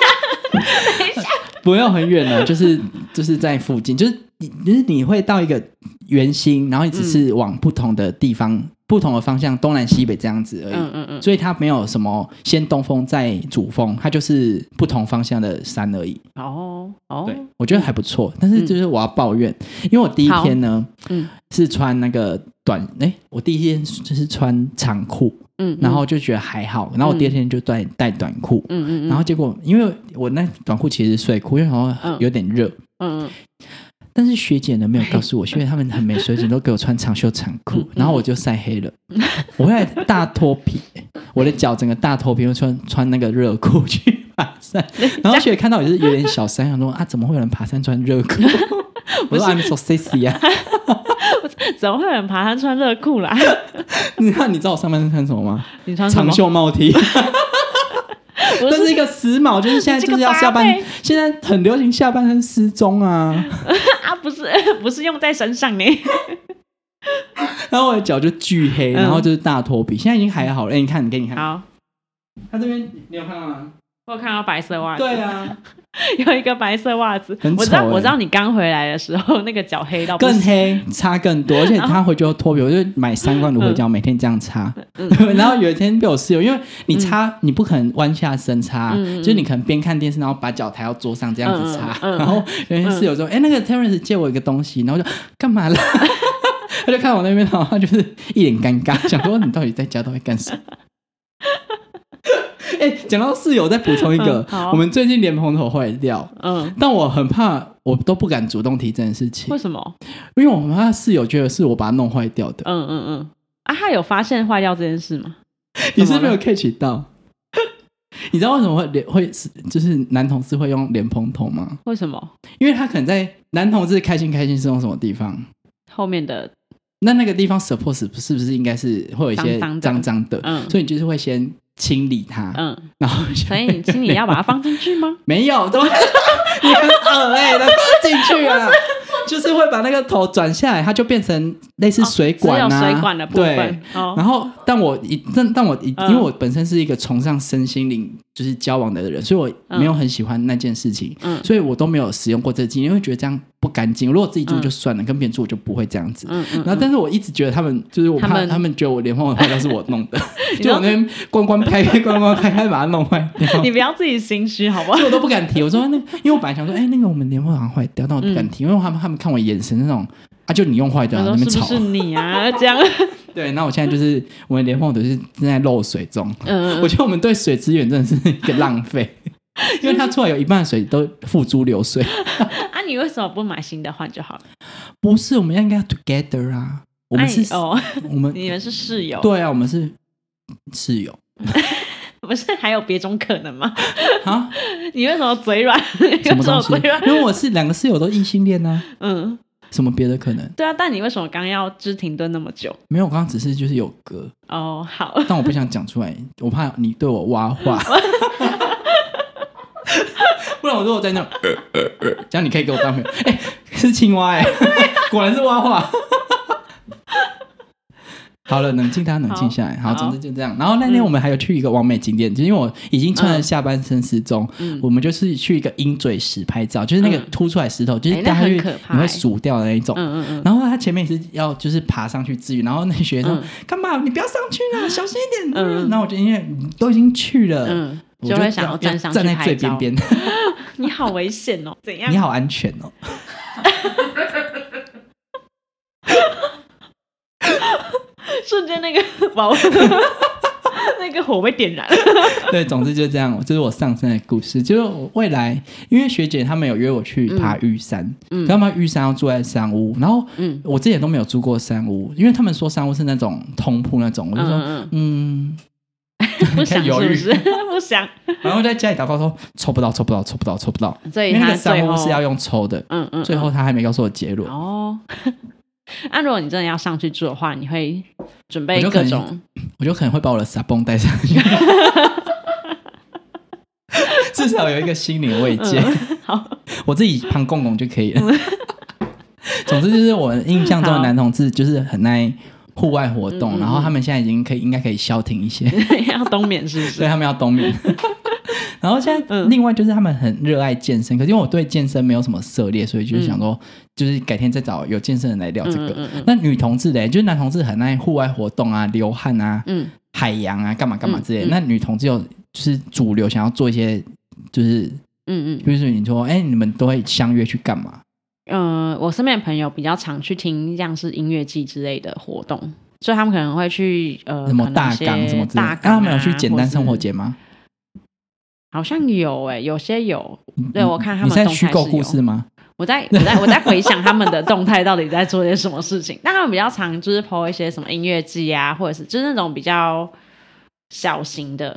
B: 等一下， 不用很远了，就是就是在附近，就是你就是你会到一个圆心，然后你只是往不同的地方、不同的方向，东南西北这样子而 已。
A: 嗯嗯嗯，
B: 所以它没有什么先东风再主峰，它就是不同方向的山而已。
A: 哦哦，
B: 对，我觉得还不错，但是就是我要抱怨，因为我第一天呢，
A: 嗯
B: 是穿那个短，哎、我第一天就是穿长裤，
A: 嗯，
B: 然后就觉得还好，然后我第二天就带带短裤，
A: 嗯，嗯嗯，
B: 然后结果因为我那短裤其实是睡裤，因为好
A: 嗯
B: 像有点热，
A: 嗯嗯
B: 但是学姐呢没有 告诉我，学姐她们很没水准，都给我穿长袖长
A: 嗯
B: 裤， 然后我就晒黑了，我后来大脱皮，我的脚整个大脱皮，我穿穿那个热裤去爬 山，然后学姐看到我就是有点小三，想说啊，怎么会有人爬山穿热 裤？我说 I'm so sexy 啊，
A: 怎么会有人爬山穿热裤啦？
B: 你看你知道我上半身穿什么吗？
A: 你穿什
B: 长
A: 么？
B: 袖帽 T，
A: 不
B: 这
A: 是
B: 是一个时髦，就是现在就是要下半
A: 这个搭配，
B: 现在很流行下半身失踪啊，
A: 啊，不是 不是用在身 上呢。
B: 然后我的脚就巨黑，
A: 嗯
B: 然后就是大脱皮，现在已经还好了。哎，你看，你给你看，
A: 好，
B: 他这边你有看到吗？
A: 我有看到白色袜子，
B: 对啊，
A: 有一个白色袜子
B: 很，
A: 我知道
B: 丑欸
A: 我知道你刚回来的时候那个脚黑哦到不
B: 更
A: 行，
B: 黑，擦更 多，而且他回去又脱皮，我就买三罐芦荟胶，每天这样擦。
A: 嗯
B: 然后有一天被我室友，因为你擦，你不可能弯下身擦，
A: 嗯
B: 就是你可能边看电视，然后把脚抬到桌上这样子擦。
A: 嗯嗯嗯嗯
B: 然后有一天室友说：“哎，那个 Terence 借我一个东西。”然后我就干嘛啦？ 他就看我那边，然后他就是一脸尴尬，想说你到底在家都在 干什么？哎、讲到室友，再补充一个
A: 嗯，好
B: 我们最近莲蓬头坏掉，
A: 嗯，
B: 但我很怕，我都不敢主动提这件事情
A: 为，什么？
B: 因为我很怕室友觉得是我把它弄坏掉的。
A: 嗯嗯嗯，啊，他有发现坏掉这件事吗？
B: 你是没有 catch 到？ 你知道为什么会脸会是就是男同事会用莲蓬头吗？
A: 为什么
B: 因为他可能在男同志开心开心是用什么地方？
A: 后面的
B: 那那个地方 suppose 是不是应该是会有一些
A: 脏脏的
B: 脏脏的？
A: 嗯
B: 所以你就是会先清理它，
A: 嗯，
B: 然后就
A: 所以你请你要把它放进去吗？
B: 没 有，怎么你很恶哎、欸，能放进去啊？就是会把那个头转下来，它就变成类似水
A: 哦只
B: 管啊，
A: 有水管的部
B: 对
A: 分，哦，
B: 然后，但我一但但我一，
A: 嗯
B: 因为我本身是一个崇尚身心灵就是交往的人，所以我没有很喜欢那件事情，
A: 嗯
B: 所以我都没有使用过这个经验，因为觉得这样不干净。如果自己住
A: 嗯
B: 就算了，跟别人住我就不会这样子。
A: 嗯嗯，
B: 然后，但是我一直觉得他们就是我怕
A: 他
B: 他
A: 们
B: 们觉得我连环画都是我弄 的，
A: 你
B: 就我
A: 要
B: 哦那边关关拍拍关关拍拍把它 弄坏掉，所
A: 你不要自己心虚好不好？
B: 以我都不敢提。我说那个，因为我本来想说，哎，那个我们连环好像坏掉，但我不敢提，因为他们他们看我眼神那种啊，就你用坏掉
A: 我嗯
B: 啊，
A: 说
B: 那边
A: 是不
B: 吵。
A: 是你啊？这样，
B: 对，那我现在就是我们连环都是正在漏水中。
A: 嗯，
B: 我觉得我们对水资源真的是一个浪费，因为它出来有一半的水都付诸流水。
A: 啊，你为什么不买新的换就好了？
B: 不是，我们应该要 together 啊，我们是，
A: 哎 哦，
B: 我们
A: 你们是室友，
B: 对啊，我们是室友
A: 不是还有别种可能吗？
B: 啊，
A: 你为什么嘴软？
B: 什
A: 为
B: 么
A: 什么
B: 东西
A: 嘴软？？
B: 因为我是两个室友都异性恋啊，
A: 嗯，
B: 什么别的可能
A: 对啊，但你为什么刚要知停顿那么久？
B: 没有？我刚刚只是就是有隔，
A: 哦，好，
B: 但我不想讲出来，我怕你对我 挖话。不然我如果在那，这样你可以给我当朋友。哎、是青蛙哎、
A: 啊
B: 果然是蛙话。好了，冷静，大家冷静下来。
A: 好
B: 好，
A: 好嗯
B: 总之就这样。然后那天我们还有去一个完美景点，就是因为我已经穿了下半身失踪，我们就是去一个鹰嘴石拍照，就是那个
A: 嗯
B: 凸出来石头，就是
A: 哎
B: 大家会、
A: 那很可怕
B: 你会
A: 哎
B: 数掉的那一种。
A: 嗯嗯嗯，
B: 然后他前面也是要就是爬上去治愈，然后那学生
A: 嗯
B: 说干、嘛？你不要上去啦，小心一点。
A: 嗯
B: 嗯，然后我就因为都已经去了，
A: 嗯
B: 我
A: 就会想要
B: 要
A: 站
B: 要
A: 上去
B: 站在
A: 拍
B: 最
A: 照
B: 边边，
A: 你好危险哦，怎样
B: 你？好安全哦。
A: 瞬间那 个宝，那个火被点燃。
B: 对，总之就这样，这是我上身的故事。就是我未来，因为学姐她们有约我去爬玉山，
A: 嗯
B: 嗯，他们玉山要住在山屋，然后
A: 嗯
B: 我之前都没有住过山屋，因为他们说山屋是那种通铺那种，我就说
A: 嗯
B: 嗯
A: 嗯， 不想
B: 太
A: 是
B: 犹
A: 不
B: 豫
A: 是？ 不想，
B: 然后在家里祷告说抽不到，抽不到，抽不到，抽不到，
A: 所以
B: 因为那
A: 他
B: 个
A: 最
B: 山
A: 后
B: 屋是要用抽的。
A: 嗯嗯，
B: 最后他还没告诉我结论，
A: 哦。 那如果你真的要上去住的话，你会准备
B: 我就可
A: 各
B: 能
A: 种
B: 我就可能会把我的沙泵带上 去，至少有一个心灵慰藉。
A: 嗯好，
B: 我自己旁公公就可以了。
A: 嗯
B: 总之就是我印象中的男同志就是很爱户外活
A: 嗯
B: 动，然后他们现在已经可以应该可以消停一些，
A: 要冬眠是不是？
B: 所以他们要 冬眠。然后现在，
A: 嗯
B: 另外就是他们很热爱健身，可是因为我对健身没有什么涉猎，所以就是想说，就是改天再找有健身人来聊这
A: 嗯
B: 个。
A: 嗯嗯嗯
B: 那女同志嘞，就是男同志很爱户外活动啊，流汗啊，
A: 嗯
B: 海洋啊，干嘛干嘛之类的。
A: 嗯嗯
B: 那女同志有就是主流想要做一些，就是
A: 嗯嗯，
B: 比如说你说，哎、你们都会相约去干嘛？
A: 嗯、我身边的朋友比较常去听像是音乐季之类的活动，所以他们可能会去呃
B: 什么大纲什么之类的。
A: 大
B: 那
A: 纲、啊、
B: 他们有去简单生活
A: 或是
B: 节吗？
A: 好像有哎、有些有。对我看他
B: 你
A: 们
B: 在
A: 动态
B: 虚构
A: 是
B: 故
A: 有
B: 事吗？
A: 我在 我在我在回想他们的动态到底在做些什么事情。但他们比较常就是 PO 一些什么音乐季啊，或者是就是那种比较小型的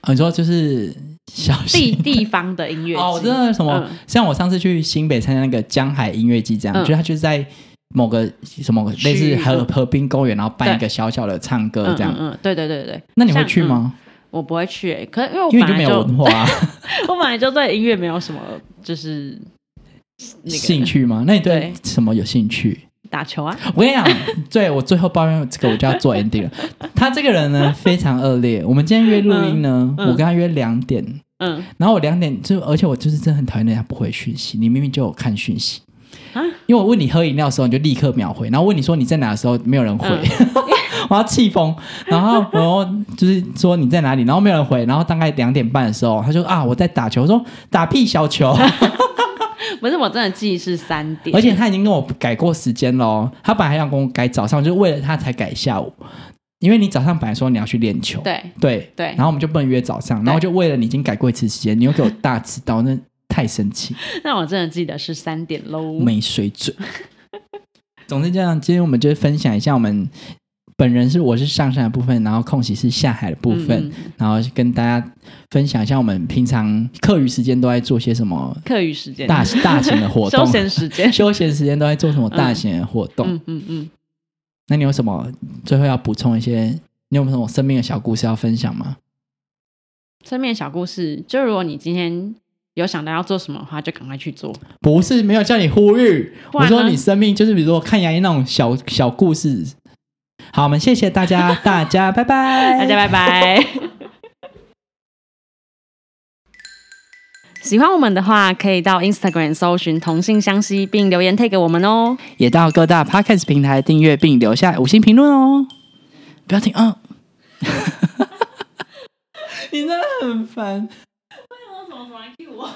B: 啊，你说就是小
A: 地
B: 溪
A: 地方的音乐季。
B: 哦，我知道什么
A: 嗯，
B: 像我上次去新北参加那个江海音乐季，这样，
A: 嗯
B: 就是他就是在某个什么类
A: 区域
B: 似河
A: 嗯
B: 河滨公园，然后办
A: 对
B: 一个小小的唱歌
A: 嗯
B: 这样。
A: 嗯嗯，对对对对。
B: 那你会
A: 像
B: 去？
A: 嗯
B: 吗？
A: 我不会去、欸，可因为我
B: 因
A: 本
B: 为你就
A: 来
B: 没
A: 就
B: 有文化、啊、
A: 我本来就对音乐没有什么就是那个
B: 兴趣吗？那你对
A: 对
B: 什么有兴趣？
A: 打球啊，
B: 我跟你讲，对我最后抱怨这个，我就要 做 ending 了。他这个人呢非常恶劣。我们今天约录音呢，
A: 嗯嗯
B: 我跟他约两点，
A: 嗯
B: 然后我两点就，而且我就是真的很讨厌人家不回讯息。你明明就有看讯息，
A: 啊，
B: 因为我问你喝饮料的时候，你就立刻秒回，然后问你说你在哪的时候，没有人回，
A: 嗯
B: 我要气疯。然后然后就是说你在哪里，然后没有人回，然后大概两点半的时候，他就啊我在打球，我说打屁小球，
A: 不是我真的记忆是三点，
B: 而且他已经跟我改过时间喽，他本来还想跟我改早上，就是为了他才改下午，因为你早上本来说你要去练球，
A: 对
B: 对
A: 对
B: 然后我们就不能约早上，然后就为了你已经改过一次时间，你又给我大迟到，那太生 气。
A: 那我真的记得是三点喽。
B: 没水准。总之这样，今天我们就分享一下我们本人是我是上山的部分，然后空袭是下海的部分，
A: 嗯
B: 然后跟大家分享一下我们平常课余时间都在做些什么
A: 课余时间、
B: 大大型的活
A: 休
B: 动，，
A: 闲时间
B: 休闲时间都在做什么大型的活动。
A: 嗯嗯嗯，
B: 那你有什么最后要补充一些？你有没有什么生命的小故事要分享吗？
A: 身边的小故事，就如果你今天有想到要做什么的话，就赶快去做。
B: 不是，没有叫你呼吁。
A: 不
B: 我
A: 然呢
B: 说你生命就是，比如说看牙医那种小小故事。好，我们谢谢大家，大家拜 拜，
A: 大家拜拜。 喜欢我们的话，可以到 Instagram 搜寻“同性相吸”，并留言 take 给我们哦。
B: 也到各大 podcast 平台订阅并留下五星评论哦。不要停啊！ 你真的很烦。
A: 为什么突然 Q 我？